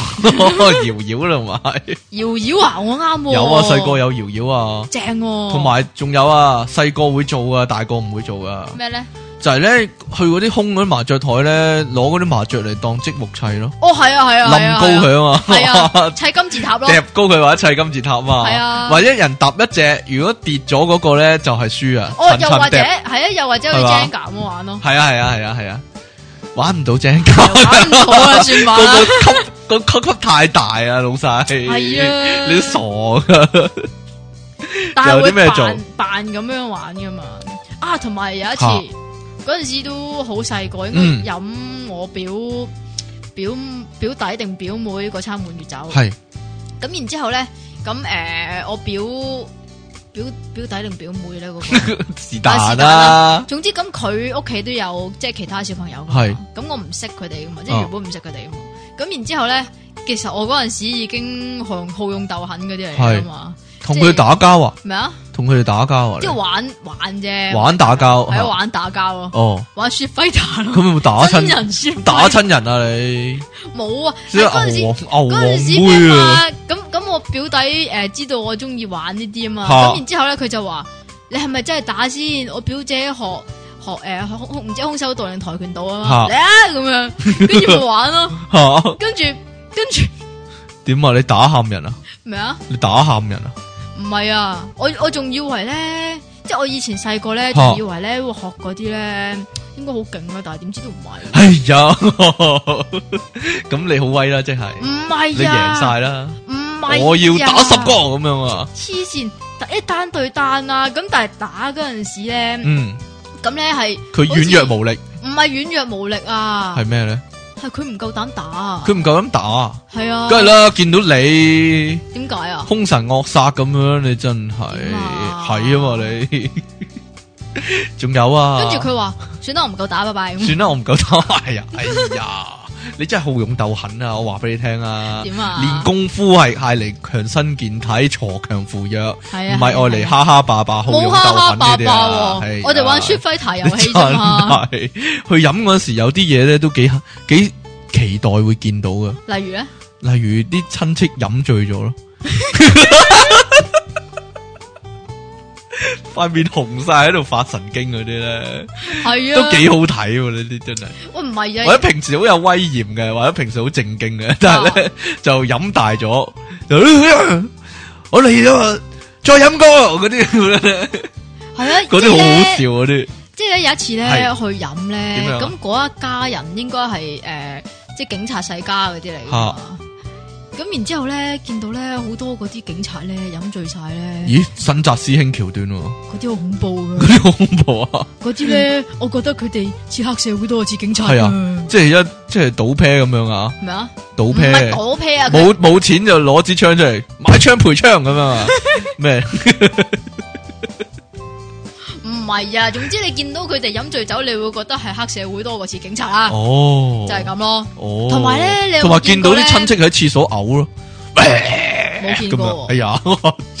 搖搖啦，同埋
搖搖啊，我啱喎。
有啊，細個有搖搖啊，
正喎。
同埋仲有啊，細個會做啊，大個唔會做噶，
咩咧？
就係咧去嗰啲空嗰啲麻雀台咧，攞嗰啲麻雀嚟當積木砌咯，
哦，係啊，係啊，係
冧
啊
高
係啊
佢啊嘛，
係啊，砌金字 塔咯。
掟高佢或者砌金字塔嘛，
係啊
或者一人搭一隻，如果跌咗嗰個咧就係輸啊，
哦，
層
又
層
或者
掟
係啊，又或者好似
係
Jenga 咁玩咯，
係啊係啊係啊係啊，玩唔到正
又
價，
玩唔到啦，算吧啦。
個級個級級太大啊，老細，
係啊
你都傻噶，
但係
有
會
啲咩做
扮扮咁樣玩噶嘛？啊，同埋有一次
嚇
嗰陣時都好細個，
嗯
應該飲我表表表弟定表妹嗰餐滿月酒。
係
咁然之後咧，咁誒我表表表弟定表妹咧嗰 個，
是
啊是
但
但啦
啦，
總之咁佢屋企都有即係其他小朋友㗎嘛。
係
咁我唔識佢哋噶嘛，即
哦
係原本唔識佢哋噶嘛。咁然之後咧，其實我嗰陣時已經好用好用鬥狠嗰啲嚟㗎嘛。
同佢哋打交啊，
咩啊？
同佢哋打交啊
即，係玩玩啫，
玩哦打交
係啊
嚇
玩打交咯，
哦。
玩雪輝打
佢
咯，
會唔會打
真
親
人雪輝
打親人啊你？
冇啊！
即
喺嗰
係
陣時
牛黃牛
嗰
黃
陣時
妹
嘅
啊！
嘛，咁咁我表弟誒知道我中意玩呢啲啊嘛，
嚇
咁然之後咧佢就話：你係咪真係打先？我表姐學學誒空空唔知空手道定跆拳道啊嘛，
嚇
嚟啊咁樣，跟住咪 玩咯，
吓
跟住跟住
點啊？你打喊人啊？
咩啊？
你打喊人啊？
唔係啊，我我仲以為咧，即係我以前細個咧，
嚇
仲以為咧會學嗰啲咧應該好勁啊，但係點知都唔係。
哎呀，咁你好威啦，即係
唔
你
係啊，
贏晒啦！
唔係，
我要打十個，咁樣啊！
黐線，一單對單啊！咁但係打嗰陣時咧，
嗯，
咁咧係
佢軟弱無力
唔係軟弱無力啊？
係咩咧？
係佢唔夠膽打啊！
佢唔夠膽打啊，
係啊，
梗係啦！見到你
點解啊？
凶神惡煞咁樣，你真係
點啊
係啊嘛你，仲有啊？
跟住佢話：算啦，我唔夠打，拜拜。咁
算啦，我唔夠膽。 哎呀，哎呀，你真係好勇鬥狠啊！我話俾你聽啊，
點啊？
練功夫係係嚟強身健體、鋤強扶弱，唔
係啊，
係愛嚟
係啊
哈哈霸霸、好
冇
勇
哈
鬥
哈
狠
霸
呢啲
霸
啊。係
喎
啊！
我哋 玩 s h i f t fighter 遊戲
真啊
啫嘛。
係去飲嗰時有啲嘢咧都幾幾期待會見到噶，
例如咧，
例如啲親戚飲醉咗咯， 塊面紅晒喺度發神經嗰啲咧，
係
都
啊，
幾好睇喎！呢啲真係。
喂唔
或
係
者
啊，
平時好有威嚴嘅，或者平時好正經嘅， 但係咧、就飲大咗，就 我嚟咗啊，再飲過嗰啲咁樣咧，
係啊，
嗰
即係
啲好好
呢
笑嗰啲，
即係咧有一次咧
係
去飲
點
咧
樣，啊
咁嗰一家人應該係誒即係警察世家嗰啲嚟㗎嘛。咁然之後咧，見到咧好多嗰啲警察咧飲醉晒咧，
咦，新澤師兄橋段喎，
嗰啲好恐怖
嗰
㗎。
啲好恐怖啊！
嗰啲咧，我覺得佢哋似黑社會多過似警察
係
㗎。
啊即係一即係賭 pair 咁樣啊，
咩啊？唔
賭
係
pair，
賭啤啊！佢
冇冇錢就攞支槍出嚟買槍賠槍咁樣 啊，咩
唔係啊，總之你見到佢哋飲醉酒，你會覺得係黑社會多過似警察啦，
哦，
啊就係，咁咯。
哦，
同埋呢你有冇
同埋見到啲
見過呢
親戚喺廁所嘔咯，
冇見
咁
過
啊，
哦喎
哎。 嗯呀，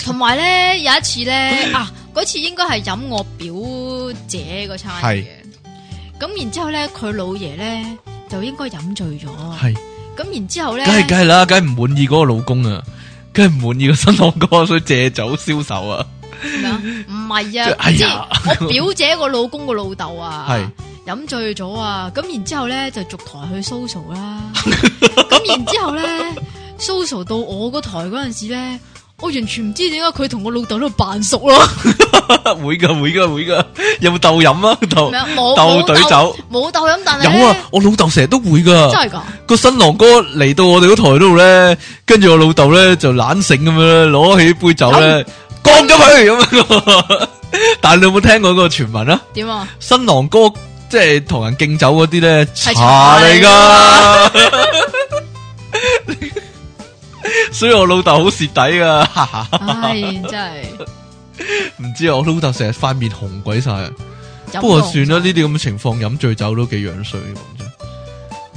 同埋咧有一次咧啊，嗰次應該係飲我表姐嗰餐嘅
係，
咁然之後咧佢老爺咧就應該飲醉咗，
係。
咁然之後咧
梗係梗係啦，梗係唔滿意嗰個老公啊，梗係唔滿意個新郎哥，所以借酒消愁啊，
咩啊唔係
即係
啊，
哎
即係
呀
我表姐個老公個老豆
係
啊，飲醉咗啊，咁然之後咧就逐台去 social 啦， 咁然之後咧 social 到我嗰台嗰陣時咧，我完全唔知點解佢同我老豆喺度扮熟咯，
啊會噶會噶會噶，有冇鬥飲啊？鬥
咩啊冇
鬥
冇
對酒
冇鬥飲，但係
有啊
咧，
我老豆成日都會噶
真，係㗎。
個新郎哥嚟到我哋嗰台嗰度咧，跟住我老豆咧就懶醒咁樣攞起杯酒咧，乾咗佢咁樣。 但係你有冇聽過嗰個傳聞啊？
點啊？
新郎哥即係同人敬酒嗰啲咧，
係
茶嚟噶。 所以我老豆好蝕底噶，
唉，真係
唔知啊！我老豆成日塊面紅鬼晒，啊
飲
不過
濃
算啦，呢啲咁嘅情況飲醉酒都幾樣衰嘅，講真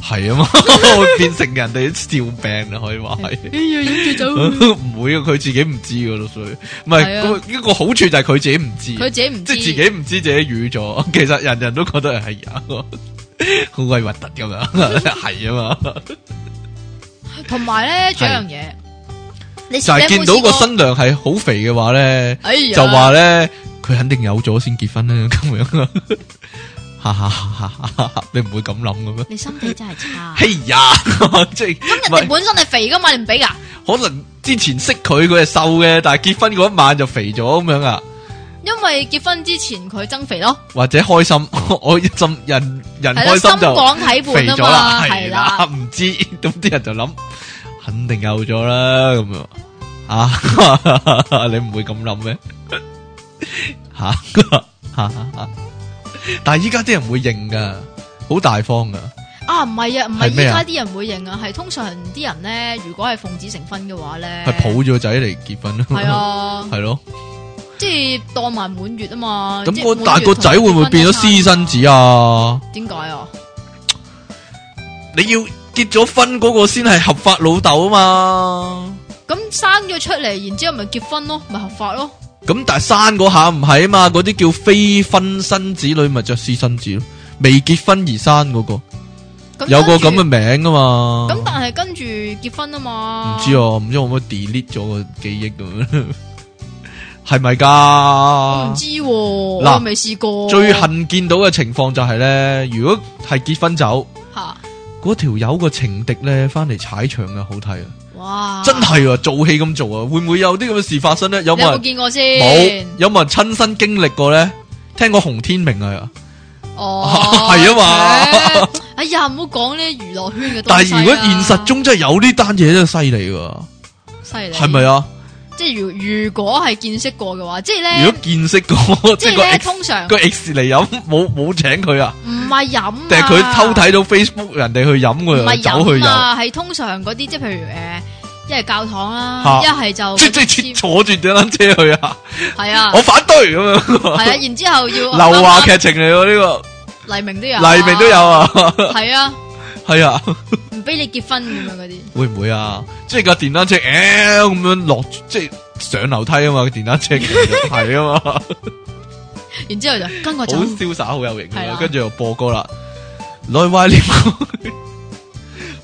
系啊 嘛，會變成人哋啲笑病啊，可以話係。
哎呀，影住走，
唔會啊，佢自己唔知噶咯，所以唔係
係啊
咁一個好處就係佢自己唔知，啊
佢自己唔
即
知，
係自己唔知自己語咗。 其實人人都覺得係啊， 好鬼核突咁樣， 係啊嘛，
同埋咧，仲有一樣嘢，你
就係
係
見到個，新娘係好肥嘅話咧，
哎呀，
就話咧佢肯定有咗先結婚啦，咁樣 啊，哈哈哈哈哈哈！你唔會咁諗嘅咩？
你心地真係差。
嘿呀，即係
咁
唔係
人哋本身係肥噶嘛，你唔俾噶？
可能之前識佢佢係瘦嘅，但係結婚嗰一晚就肥咗咁樣啊，
因為結婚之前佢增肥咯，
或者開心， 我一陣人人
係啦，
開
心
心就
廣體
肥
胖啊
咗啦，
嘛，
係
係
啦，
啦，
唔知 咁啲人就諗肯定有咗啦咁樣啊， 你唔會咁諗咩？ 吓吓但係依家啲人會認噶，好大方噶，
啊唔係啊，唔係
係
依
咩啊
家啲人會認啊，係通常啲人咧，如果係奉子成婚嘅話咧，
係抱咗仔嚟結婚
係，啊，
係咯。
即係當埋滿月啊嘛。即
咁
係
我
滿
但係
月
個
同
仔會唔
結
會
婚
變咗
一餐
私生
啊？
子啊？
點解啊？
你要結咗婚嗰個先係合法老豆啊嘛。
咁生咗出嚟，然之後咪結婚咯，咪合法咯。
咁但係生嗰下唔係啊嘛，嗰啲叫非婚生子女咪着私生子咯，未結婚而生嗰、個，
咁
有個
跟
咁
住
嘅名啊嘛。
咁但係跟住結婚啊嘛。
唔知啊，唔知可唔可以 delete 咗個記憶咁樣， 係咪噶
唔？知喎，我
嗱
又未試過。
最恨見到嘅情況就係、呢：咧，如果係結婚走，
吓，
嗰條友個情敵咧翻嚟踩場啊，好睇啊！
哇！
真係啊，做戲咁做啊，會唔會有啲咁嘅事發生咧？有
你
冇
有冇
人
見過
冇
先？？
有冇人親身經歷過咧？聽過洪天明啊，
哦，
係啊嘛
誒。哎呀，唔好講呢娛樂圈嘅東西啦。
但係如果現實中真係有呢單嘢，真係犀利噶，
犀利，
係咪？啊？
即係如如果係見識過嘅話，即係咧，
如果見識過，
即
即
係
係個
咧，
X
通常
個 X 嚟飲，冇冇請佢啊？
唔係飲啊，
定係佢偷睇到 Facebook 人哋去飲
唔
佢
係
就走去
飲
飲？
啊，係通常嗰啲即係譬如誒，一係教堂啦，
嚇
一係就
即即即坐住電單車去啊！
係啊，
我反對咁
係啊，
樣，
然之後 要
流話劇情嚟喎呢
黎明都有，
個，黎明都有，啊，
係啊，
係啊。
唔俾你結婚咁樣嗰啲，
会唔會啊？即係架電單車誒咁樣落，即係上樓梯啊嘛，個電 單車其實係啊嘛，
然之後就跟我
好
走，
瀟灑，好有型
係
啊！
啦
跟住又播歌啦，來懷念過去，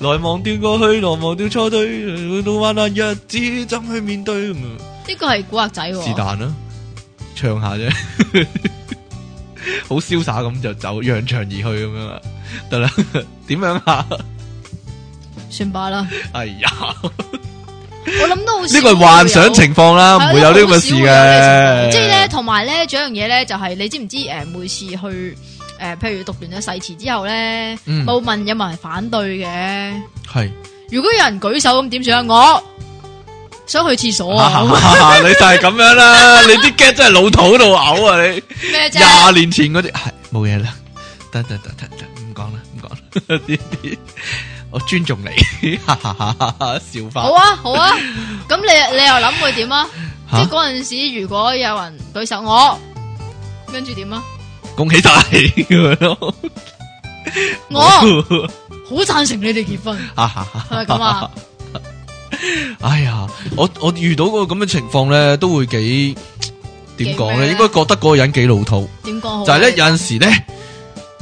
來忘掉過去，來忘掉錯對，到彎那日子怎去面對？咁啊
呢個係古惑仔
是
喎，
但啦，唱下啫， 好瀟灑咁就走，揚長而去咁樣啊，得啦， 點樣啊？
算罷啦，
哎呀！
我諗都好少
呢個係幻想
會有
情況啦，
係啊
唔會有呢咁嘅事嘅。
即系咧，同埋咧，仲有一樣嘢咧，就係你知唔知诶，每次去诶，呃譬如讀完咗誓詞之後咧，
嗯
冇問有冇人反對嘅。
係
如果有人舉手咁點算啊？我想去廁所啊，
你就係咁樣 啦，你啲 get 真係老土到嘔啊！你
咩啫？
廿年前嗰啲係冇嘢啦，得得得得得，唔講啦 唔講啦，呢啲我尊重你， 哈哈哈哈笑
好
翻
啊，好啊。咁你你又諗會點啊？即
嚇
係嗰陣時，如果有人舉手我，跟住 點啊？
恭喜晒咁樣咯，
我好贊成你哋結婚，
哈哈哈
係咪咁啊？
哎呀，我我遇到個咁嘅情況咧，都會幾點講
幾咩
咧？
咧
應該覺得嗰個人幾老土，
點講好啊？
就係咧有陣時咧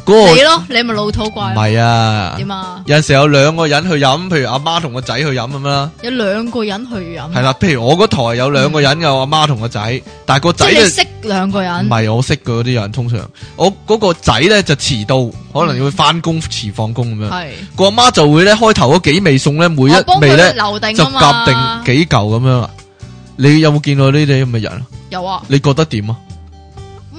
嗰個
你咯，你咪老土
唔
怪咯。
係啊，
點啊？
有陣時有兩個人去飲，譬如阿媽同個仔去飲咁啦，
有兩個人去飲。
係啦。譬如我嗰台有兩個人嘅，我阿媽同個仔，但係個
即
仔
係你
咧
識兩個
唔
人，
係啊我識嘅嗰啲人，通常我嗰個仔咧就遲到，可能要翻工遲放工咁樣。
係
個阿媽就會咧開頭嗰幾味餸咧，每
我幫
一味
佢
咧
留定
就
啊嘛
夾定幾嚿咁樣啊。你有冇見過呢啲咁嘅人啊？
有啊，
你覺得點啊？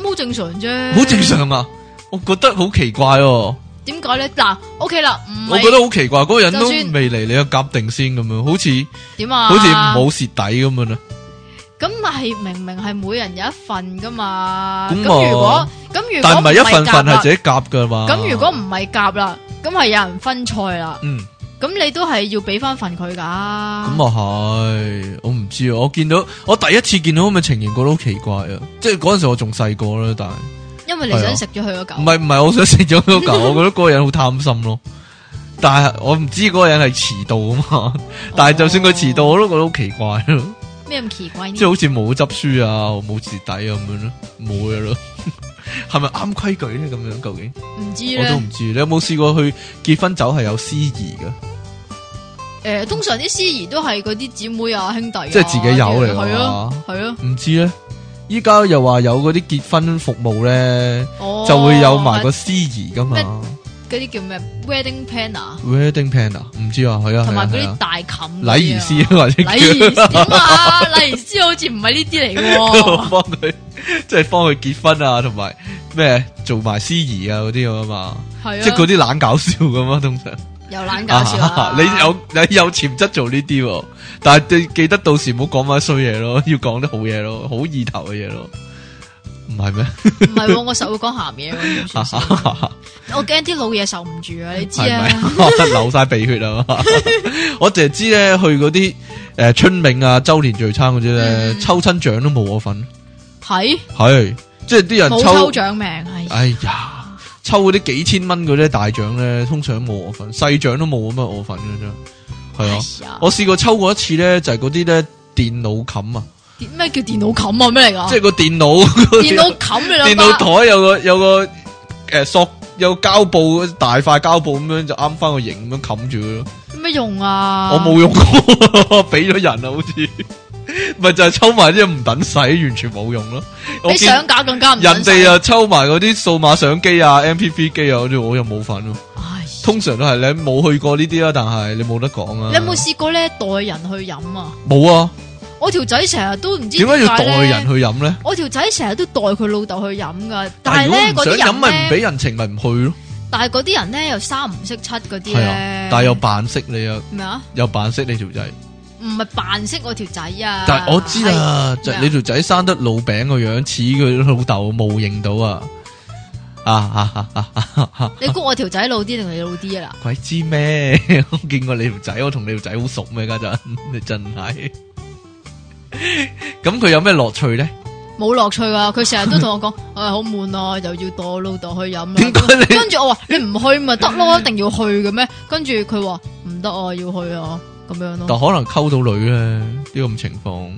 咁好正常啫，
好正。常啊！我覺得好奇怪哦，
點解咧？嗱，OK 啦，唔
我覺
係
得好奇怪，嗰個人都
就算
未嚟，你又夾定先咁樣，好似
點啊？
好似唔好。蝕底咁樣啊！
咁但係明明係每人有一份噶嘛。
咁
咁
啊
如果咁如果
但唔係一份份
係
係自己啊夾噶嘛？
咁如果唔係夾啦，咁係有人分菜啦，
嗯
咁你都係要俾翻份佢噶。
咁啊係，我唔知啊，我見到我第一次見到咁嘅情形，覺得好奇怪啊！即係嗰陣時我仲細個啦，但係
因為你
係啊
想食咗佢嗰嚿。
唔係唔係，我想食咗嗰嚿，我覺得嗰個人好貪心咯，但系我唔知嗰個人係遲到 啊嘛，但係就算佢遲到，我都覺得好奇怪咯，
咩咁奇怪呢
即？係好似冇執書啊，冇字底咁樣咯，冇嘢咯，係咪啱規矩咧？咁樣究竟
唔知
我都
咧。
唔知。你有冇試過去結婚酒係有司儀嘅？
诶、通常啲司仪都係嗰啲姊妹啊、兄弟啊，
即係自己友嚟㗎
系啊，系啊，
唔知咧，依家又話有嗰啲結婚服務咧，
哦，
就會有埋個司儀噶嘛
嗰啲叫咩 wedding planner，
，wedding plan 啊，唔知啊，係啊，
同埋嗰
係
啲
啊，
大琴
禮儀
啊
師啊或者
礼仪点 啊？礼仪师好似唔係呢啲嚟嘅喎，
帮佢即係幫佢結婚啊，同埋咩做埋司儀啊嗰啲咁啊嘛，
係啊，
即係嗰啲懶搞笑咁啊，通常。！
又懶搞笑 啊
你有你有潛質做呢啲喎，但係你記得到時唔好講埋衰嘢咯，要講啲好嘢咯，好意頭嘅嘢咯，唔係咩？
唔係喎，我實會講鹹嘢啊喎點算 先，我驚啲老嘢受唔住啊！你知
係
啊
咪？ 流晒鼻血 啊嘛！我淨係知咧去嗰啲诶春茗啊、周年聚餐嗰啲咧，
嗯
抽親獎都冇我份，
係
係即係啲人
冇
抽，
抽獎命係。
哎呀，抽嗰啲幾千蚊嗰啲大獎咧，通常冇我份，細獎都冇咁乜我份嘅啫，係啊。
係啊，
我試過抽過一次咧，就係嗰啲咧電腦冚啊，
電咩叫電腦冚啊？咩嚟㗎？
即係個電腦 嗰
電
啲
腦冚你
電
兩
腦
巴，
台有個有個诶塑有膠布大塊膠布咁樣就啱翻個型咁樣冚住佢咯。
有咩用啊？
我冇用過， 俾咗人啊，好似咪就係抽埋啲嘢唔等使，完全冇用咯。我
你
見
想搞更加唔
人
准
哋
啊！
又抽埋嗰啲數碼相機啊、M P V 機啊嗰啲，我又冇份咯。
唉
通常都係你冇去過呢啲啦，啊但係你冇得講啊。
你有冇試過咧代人去飲啊？
冇啊？
我條仔成日都唔知
點解要代
咧
人去飲咧？
我條仔成日都代佢老豆去飲噶，
但
但
係
係
如
咧
果
嗰
唔想飲，
啲
咪
人
唔俾
咧，
人情，咪唔去咯。
但係嗰啲人咧又三唔識七嗰
係
啲
啊
咧，，啊
但係又扮識你啊，
咩啊？
又扮識你條仔。
唔係扮識我條仔啊！
但係我知啊，就係
咩啊
你條仔生得老餅個樣，似佢老豆，冇認到啊！啊啊啊啊！
係，你估我條仔老啲定你老啲啊？
鬼知咩？ 我見過你條仔，我同你條仔好熟咩？家陣 你真係。咁佢有咩樂趣咧？
嗱，冇樂趣噶，佢成日都同 我講，唉，好悶啊，又要代我老豆去飲
點
啦。
解你
跟住我話你唔去咪得咯，一定要去嘅咩？跟住佢話唔得啊，要去啊，咁樣咯。
但可能溝到女咧？呢個咁情況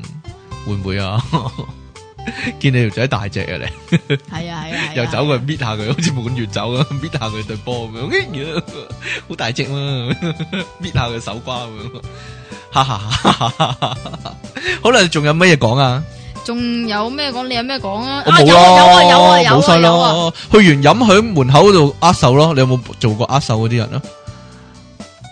會唔會啊？ 見你條仔大隻啊，你
係啊係啊，係啊
又走佢搣下佢，好似滿月酒咁 搣下佢對波咁樣， 好大隻嘛，搣下佢手瓜咁樣，哈哈哈哈哈哈！好啦，仲有乜嘢講啊？
仲有咩講？你有咩講啊？
我
啊
冇
有啊有啊
咯，
有啊有
冇
啊
晒
有啊！
咯。去完飲喺門口度握手咯，你有冇做過握手嗰啲人啊？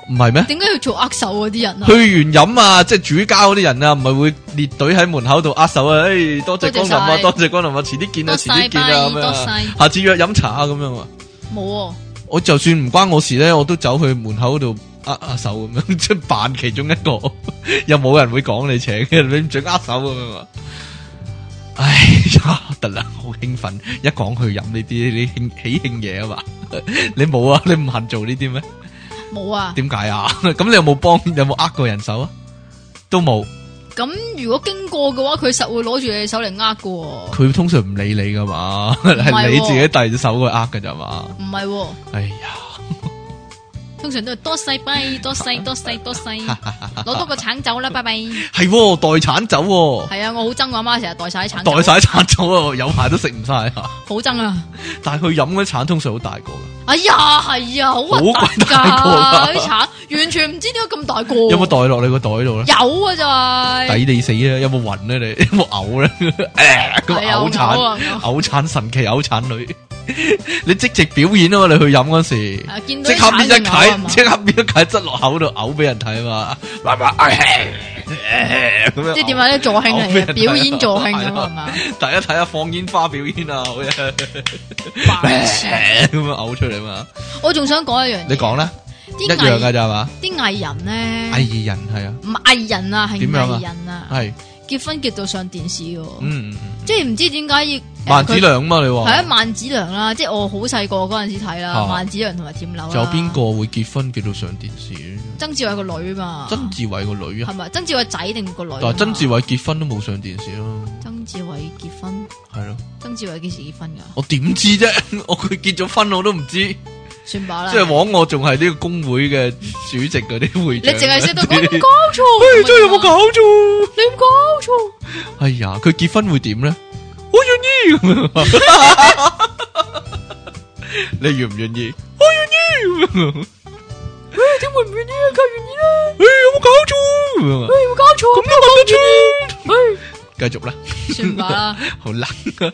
唔係咩？
點解要做握手嗰啲人啊
去？ 完飲啊，即係主家嗰啲人啊，唔係會列隊喺門口度握手啊？誒，多謝光臨啊，多
多
謝光臨啊，遲啲見啊，
多
遲啲
晒
見啊
拜，
咁樣
哎多
啊，
晒
下次約飲茶啊咁樣啊。
冇啊！
我就算唔關我事咧，我都走去門口度握握手咁樣，即係扮其中一個， 又冇人會講你請嘅，你唔准握手咁樣啊！唉 呀，得啦，好興奮！一講去飲呢啲呢啲興喜慶嘢啊嘛， 你冇啊？你唔肯做呢啲咩？
冇啊！
點解啊？ 咁你有冇幫？有冇握過人手啊？都冇，
咁如果經過嘅話，佢實會攞住你手嚟呃嘅喎。
佢通常唔理你噶嘛，
係
係
喎
你自己遞隻手去握噶咋嘛？
唔係喎，
哎呀，
通常都係多細拜，多細多細多細，攞多個橙酒啦，拜拜。係
係喎，代產酒喎，
啊，我好憎我阿媽成日袋晒啲橙酒，
代晒產酒啊，有排都食唔晒啊！
好憎啊！
但系佢飲嗰啲橙通常好大個噶，
哎呀，係啊，好核
好
突
鬼
㗎
大個啊
啲橙，完全唔知點解咁大個。
有冇袋落你個袋度咧？
有啊，就係。
抵你死啊！有冇暈咧？你 有冇嘔咧？ 咁
係啊
嘔
我
產，
啊！我
嘔產神奇嘔產女， 你即席表演啊嘛！你去飲嗰時，
啊見到
即
啲
刻變一
橙就嘔啊
啟，
嘛
即刻變一啟，執落口度嘔俾人睇嘛！ 嗱嗱，哎咁樣
即係點啊？啲助興
我俾人睇
嚟嘅，
啊
表演助興咁啊係嘛？
嘔？大家睇下放煙花表演啊！ 好嘢，
白痴
咁樣嘔出嚟嘛！
我仲想講一樣嘢，
你講啦，一
啲
樣
藝
噶咋嘛？
啲藝人咧，
藝人係啊，
唔係藝人啊，係
點樣啊
藝人啊。
係
結婚結到上電視嘅喎，
嗯嗯。嗯
即係唔知點解要
萬子良嘛，你
係
話
啊萬子良啦，即係我好細個嗰陣時睇
啊
啦，萬子良同埋甜柳啦。
仲有邊？個會結婚叫到上電視咧？
曾志偉個女嘛，
曾志偉個女
係
啊，
咪？曾志偉仔定個女啊嘛？
但係曾志偉結婚都冇上電視 咯，
曾志偉結婚，
係咯，
曾志偉幾時結婚㗎？
我點知啫？我佢結咗婚我都唔知，
算罢啦。
即系枉我仲系呢个工会嘅主席嗰啲会
你
長
净系 识得
嗰
講
啲
搞錯，
喂，真係有冇搞錯？
你有冇搞錯？
哎呀，佢結婚會點咧？我願意 咁樣。你願唔願意？我願意咁樣。
你點會唔願意啊？梗係願意啦！
哎有冇搞錯咁樣啊？
你有冇搞
咁啊
錯？
我問得
唉
出。繼續啦，
算罷 啦，
好冷啊，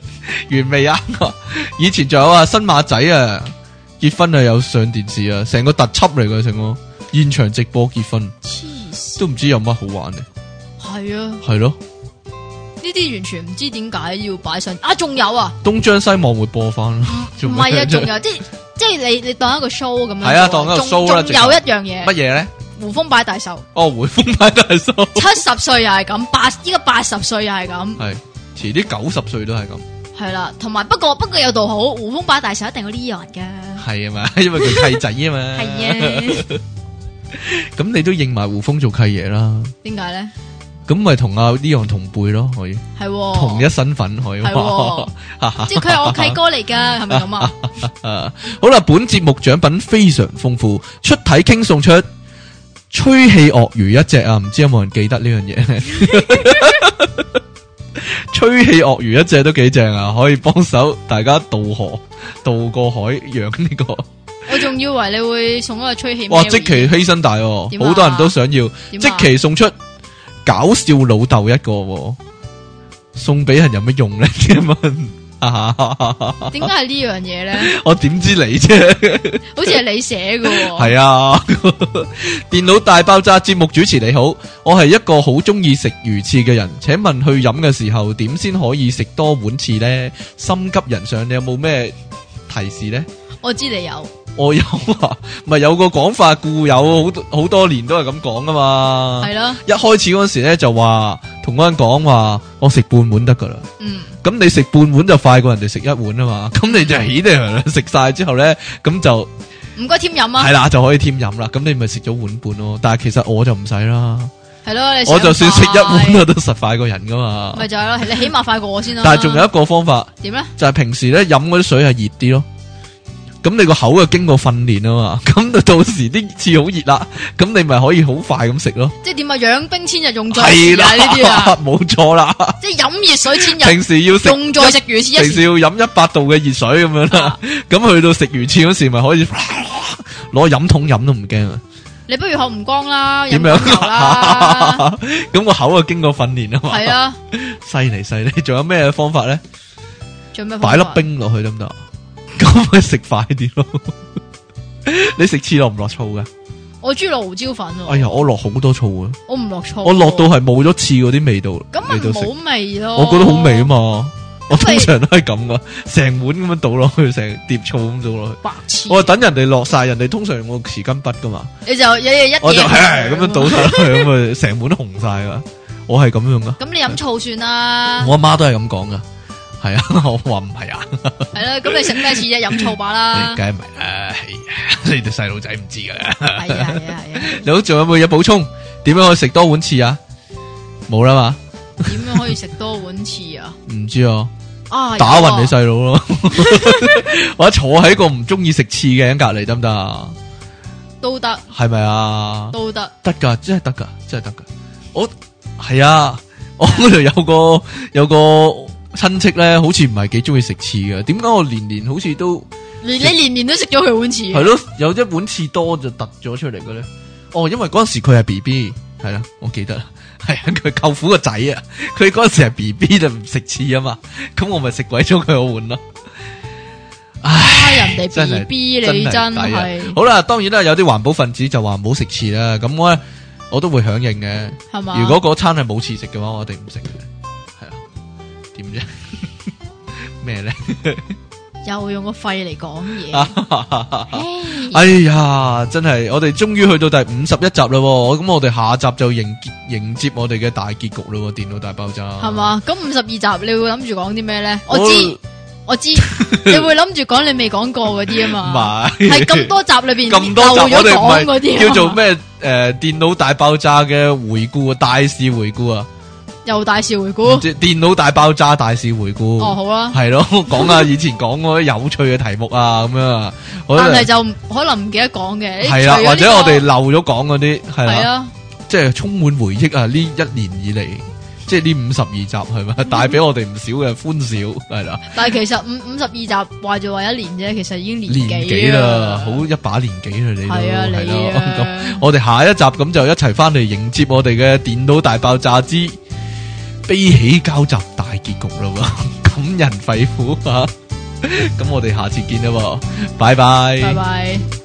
完未啊？以前仲有啊，新馬仔啊，結婚啊有上電視啊，成個特輯嚟嘅成個現場直播結婚，
黐線！
都唔知有乜好玩嘅，
係啊，
係咯，
呢啲完全唔知點解要擺上啊！仲有啊，
東張西望會播翻咯，
唔
做咩
係啊，
啫
仲有即即係你你當一個 show 咁樣做，
係啊當一個
仲
show 啦
仲
直頭
有一樣嘢，
乜嘢咧？
胡風擺 大壽，
哦，回風派大 叔。
七十歲又係咁，八依家八十歲又係咁，
系，迟啲九十岁都系咁，
係啦。同埋不過不過有度好，胡風擺大壽一定有呢樣嘅，
系啊嘛， 因为佢契仔啊嘛，
係啊，
咁你都认埋胡峰做契爷啦，
點解咧？
咁咪同阿 Leon 同辈咯，可以
係喎
同一身份可以
係 喎，即係佢係我契哥嚟㗎，係咪咁啊？
啊好啦，本节目奖品非常丰富，出体倾送出吹气鳄鱼一只啊！唔知有冇人记得呢样嘢咧？ 吹气鳄鱼一只都几正啊，可以帮手大家渡河、渡过海养呢、個。个。
我仲以為你會送一個吹氣
哇！
喵
即期牺牲大哦，
啊點啊
好多人都想要。
點
即
啊
期送出搞笑老豆一個喎，送俾人有乜 用咧？請問啊
點解係呢樣嘢咧？
我點知你啫？
好似係你寫嘅喎。
係啊， 電腦大爆炸節目主持你好，我係一個好中意食魚翅嘅人。請問去飲嘅時候點先可以食多碗翅呢？心急人上，你有冇咩提示呢？
我知你有，
我有啊， 咪有個講法固有，好多好多年都係咁講噶嘛。
係啦，
一開始嗰時咧就話同嗰人講話，我食半碗得噶啦。
嗯，
咁你食半碗就快過人哋食一碗啊嘛。咁你就起嚟啦，食晒之後咧，咁就
唔該添飲啊
係，啦，就可以添飲啦。咁你咪食咗碗半咯。但係其實我就唔使啦，
係咯，你
我就算食一碗
啊，
我都實快過人噶嘛。
咪就係咯，你起碼快過我先啦。
但係仲有一個方法，
點咧？
就係平時咧飲嗰啲水係熱啲咯。咁你個口就經過訓練啊嘛， 咁就到時啲翅好熱啦，咁你咪可以好快咁食咯。
即係點啊？養兵千日用在
係
時啊！呢啲
啦
啊，，
冇錯啦。
即係飲熱水千日
平時要食
用在食魚翅
平
一啊時。
時要飲一百度嘅熱水咁樣啦，咁去到食魚翅嗰時咪可以 攞飲筒飲都唔驚啊！
你不如學吳光啦， 飲
點
牛
樣
啦，
啊？ 咁個口啊經過訓練啊
係
嘛，
啊，
犀利犀利！仲有咩方法咧？
仲有咩
擺
方
粒
法？
冰落去得 唔得啊？咁咪食快啲咯！ 你食翅落唔落醋噶？
我中意落胡椒粉
哎
喎，
呀，我落好多醋啊！
我唔落醋喎，
我落到係冇咗翅嗰啲味道
咁咪
嚟到食，
冇味咯。
我覺得好味啊嘛！我
咁咪
通常都係咁噶，成碗咁樣倒落去，成碟醋咁倒落去。
白痴，
我等人哋落晒，人哋通常用個匙羹筆噶嘛，
你就一 日一
我就
嘢
唉咁樣倒晒落去，咁啊成碗紅晒噶。我係咁樣噶，
咁你飲醋算啦，
我阿媽都係咁講噶。係啊，我話唔係啊，
係啦，咁你食咩次啫？飲醋吧 啦，
梗係唔係啦，係啊你哋細路仔唔知噶啦。
係啊係啊係啊，
你好，仲有冇嘢補充？點樣可以食多碗翅啊？冇啦嘛，
點樣可以食多碗翅 啊？
唔知啊，
啊，
打
有啊
暈你細佬咯， 或者坐喺個唔中意食翅嘅人隔離得唔得啊？
都得
係咪啊？
都得，
得噶，真系得噶，真系得噶。我系啊， 我嗰度有个有个亲戚咧，好似唔系几中意食翅嘅。点解我年年好似都
連你年年都食咗佢碗翅
系，咯，有一碗翅多就突咗出嚟嘅咧？哦，因为嗰阵时佢系 B B，系啦，我记得啦。 系啊，佢舅父个仔啊，佢嗰阵时系 B B 就唔食翅啊嘛，咁我咪食鬼咗佢個碗咯。
啊人
真係
哋 B B 你真
係抵啊
係
好啦，当然啦，有啲环保分子就话唔好食翅啦，咁我咧我都会响应嘅。
係嘛？
如果嗰餐係冇翅食嘅話，我哋唔食嘅，係啊，點啫？ 咩咧？
又用個肺嚟講嘢，
哎
嘿
呀，真係我哋終於去到第五十一集啦喎，咁我哋下集就迎接迎接我哋嘅大結局啦喎，電腦大爆炸
係？嘛？咁五十二集你會諗住講啲咩咧？我
好
知我 知，你會諗住講你未講過嗰啲啊
唔
嘛？
係
係咁多集裏 边
咁多集，我
咗
哋唔
講嗰
係
啲啊
叫做
嘛
咩？诶、電腦大爆炸嘅回顧啊，大事回顧啊，
又大事回顧
唔。知電腦大爆炸大事回顧。
哦哦，好啦，
系咯， 講下以前講嗰啲有趣嘅題目啊，咁樣啊，可能
但係就唔可能唔記得講嘅。
係啦，或者我哋漏咗講嗰啲係
系
啦，
啊，
即係充滿回憶啊！呢一年以嚟，即係呢五十二集係
嗯
咪帶俾我哋唔少嘅歡笑係啦，
但係其實五五十二集話就話一年啫，其實已經
年
幾
紀啦，好一把年紀啦，你都
係啊，
係
你
咯 咁。
啊，
我哋下一集咁就一齊翻嚟迎接我哋嘅電腦大爆炸之悲喜交集大結局啦喎， 感人肺腑啊！咁我哋下次見啦喎，拜拜
拜拜。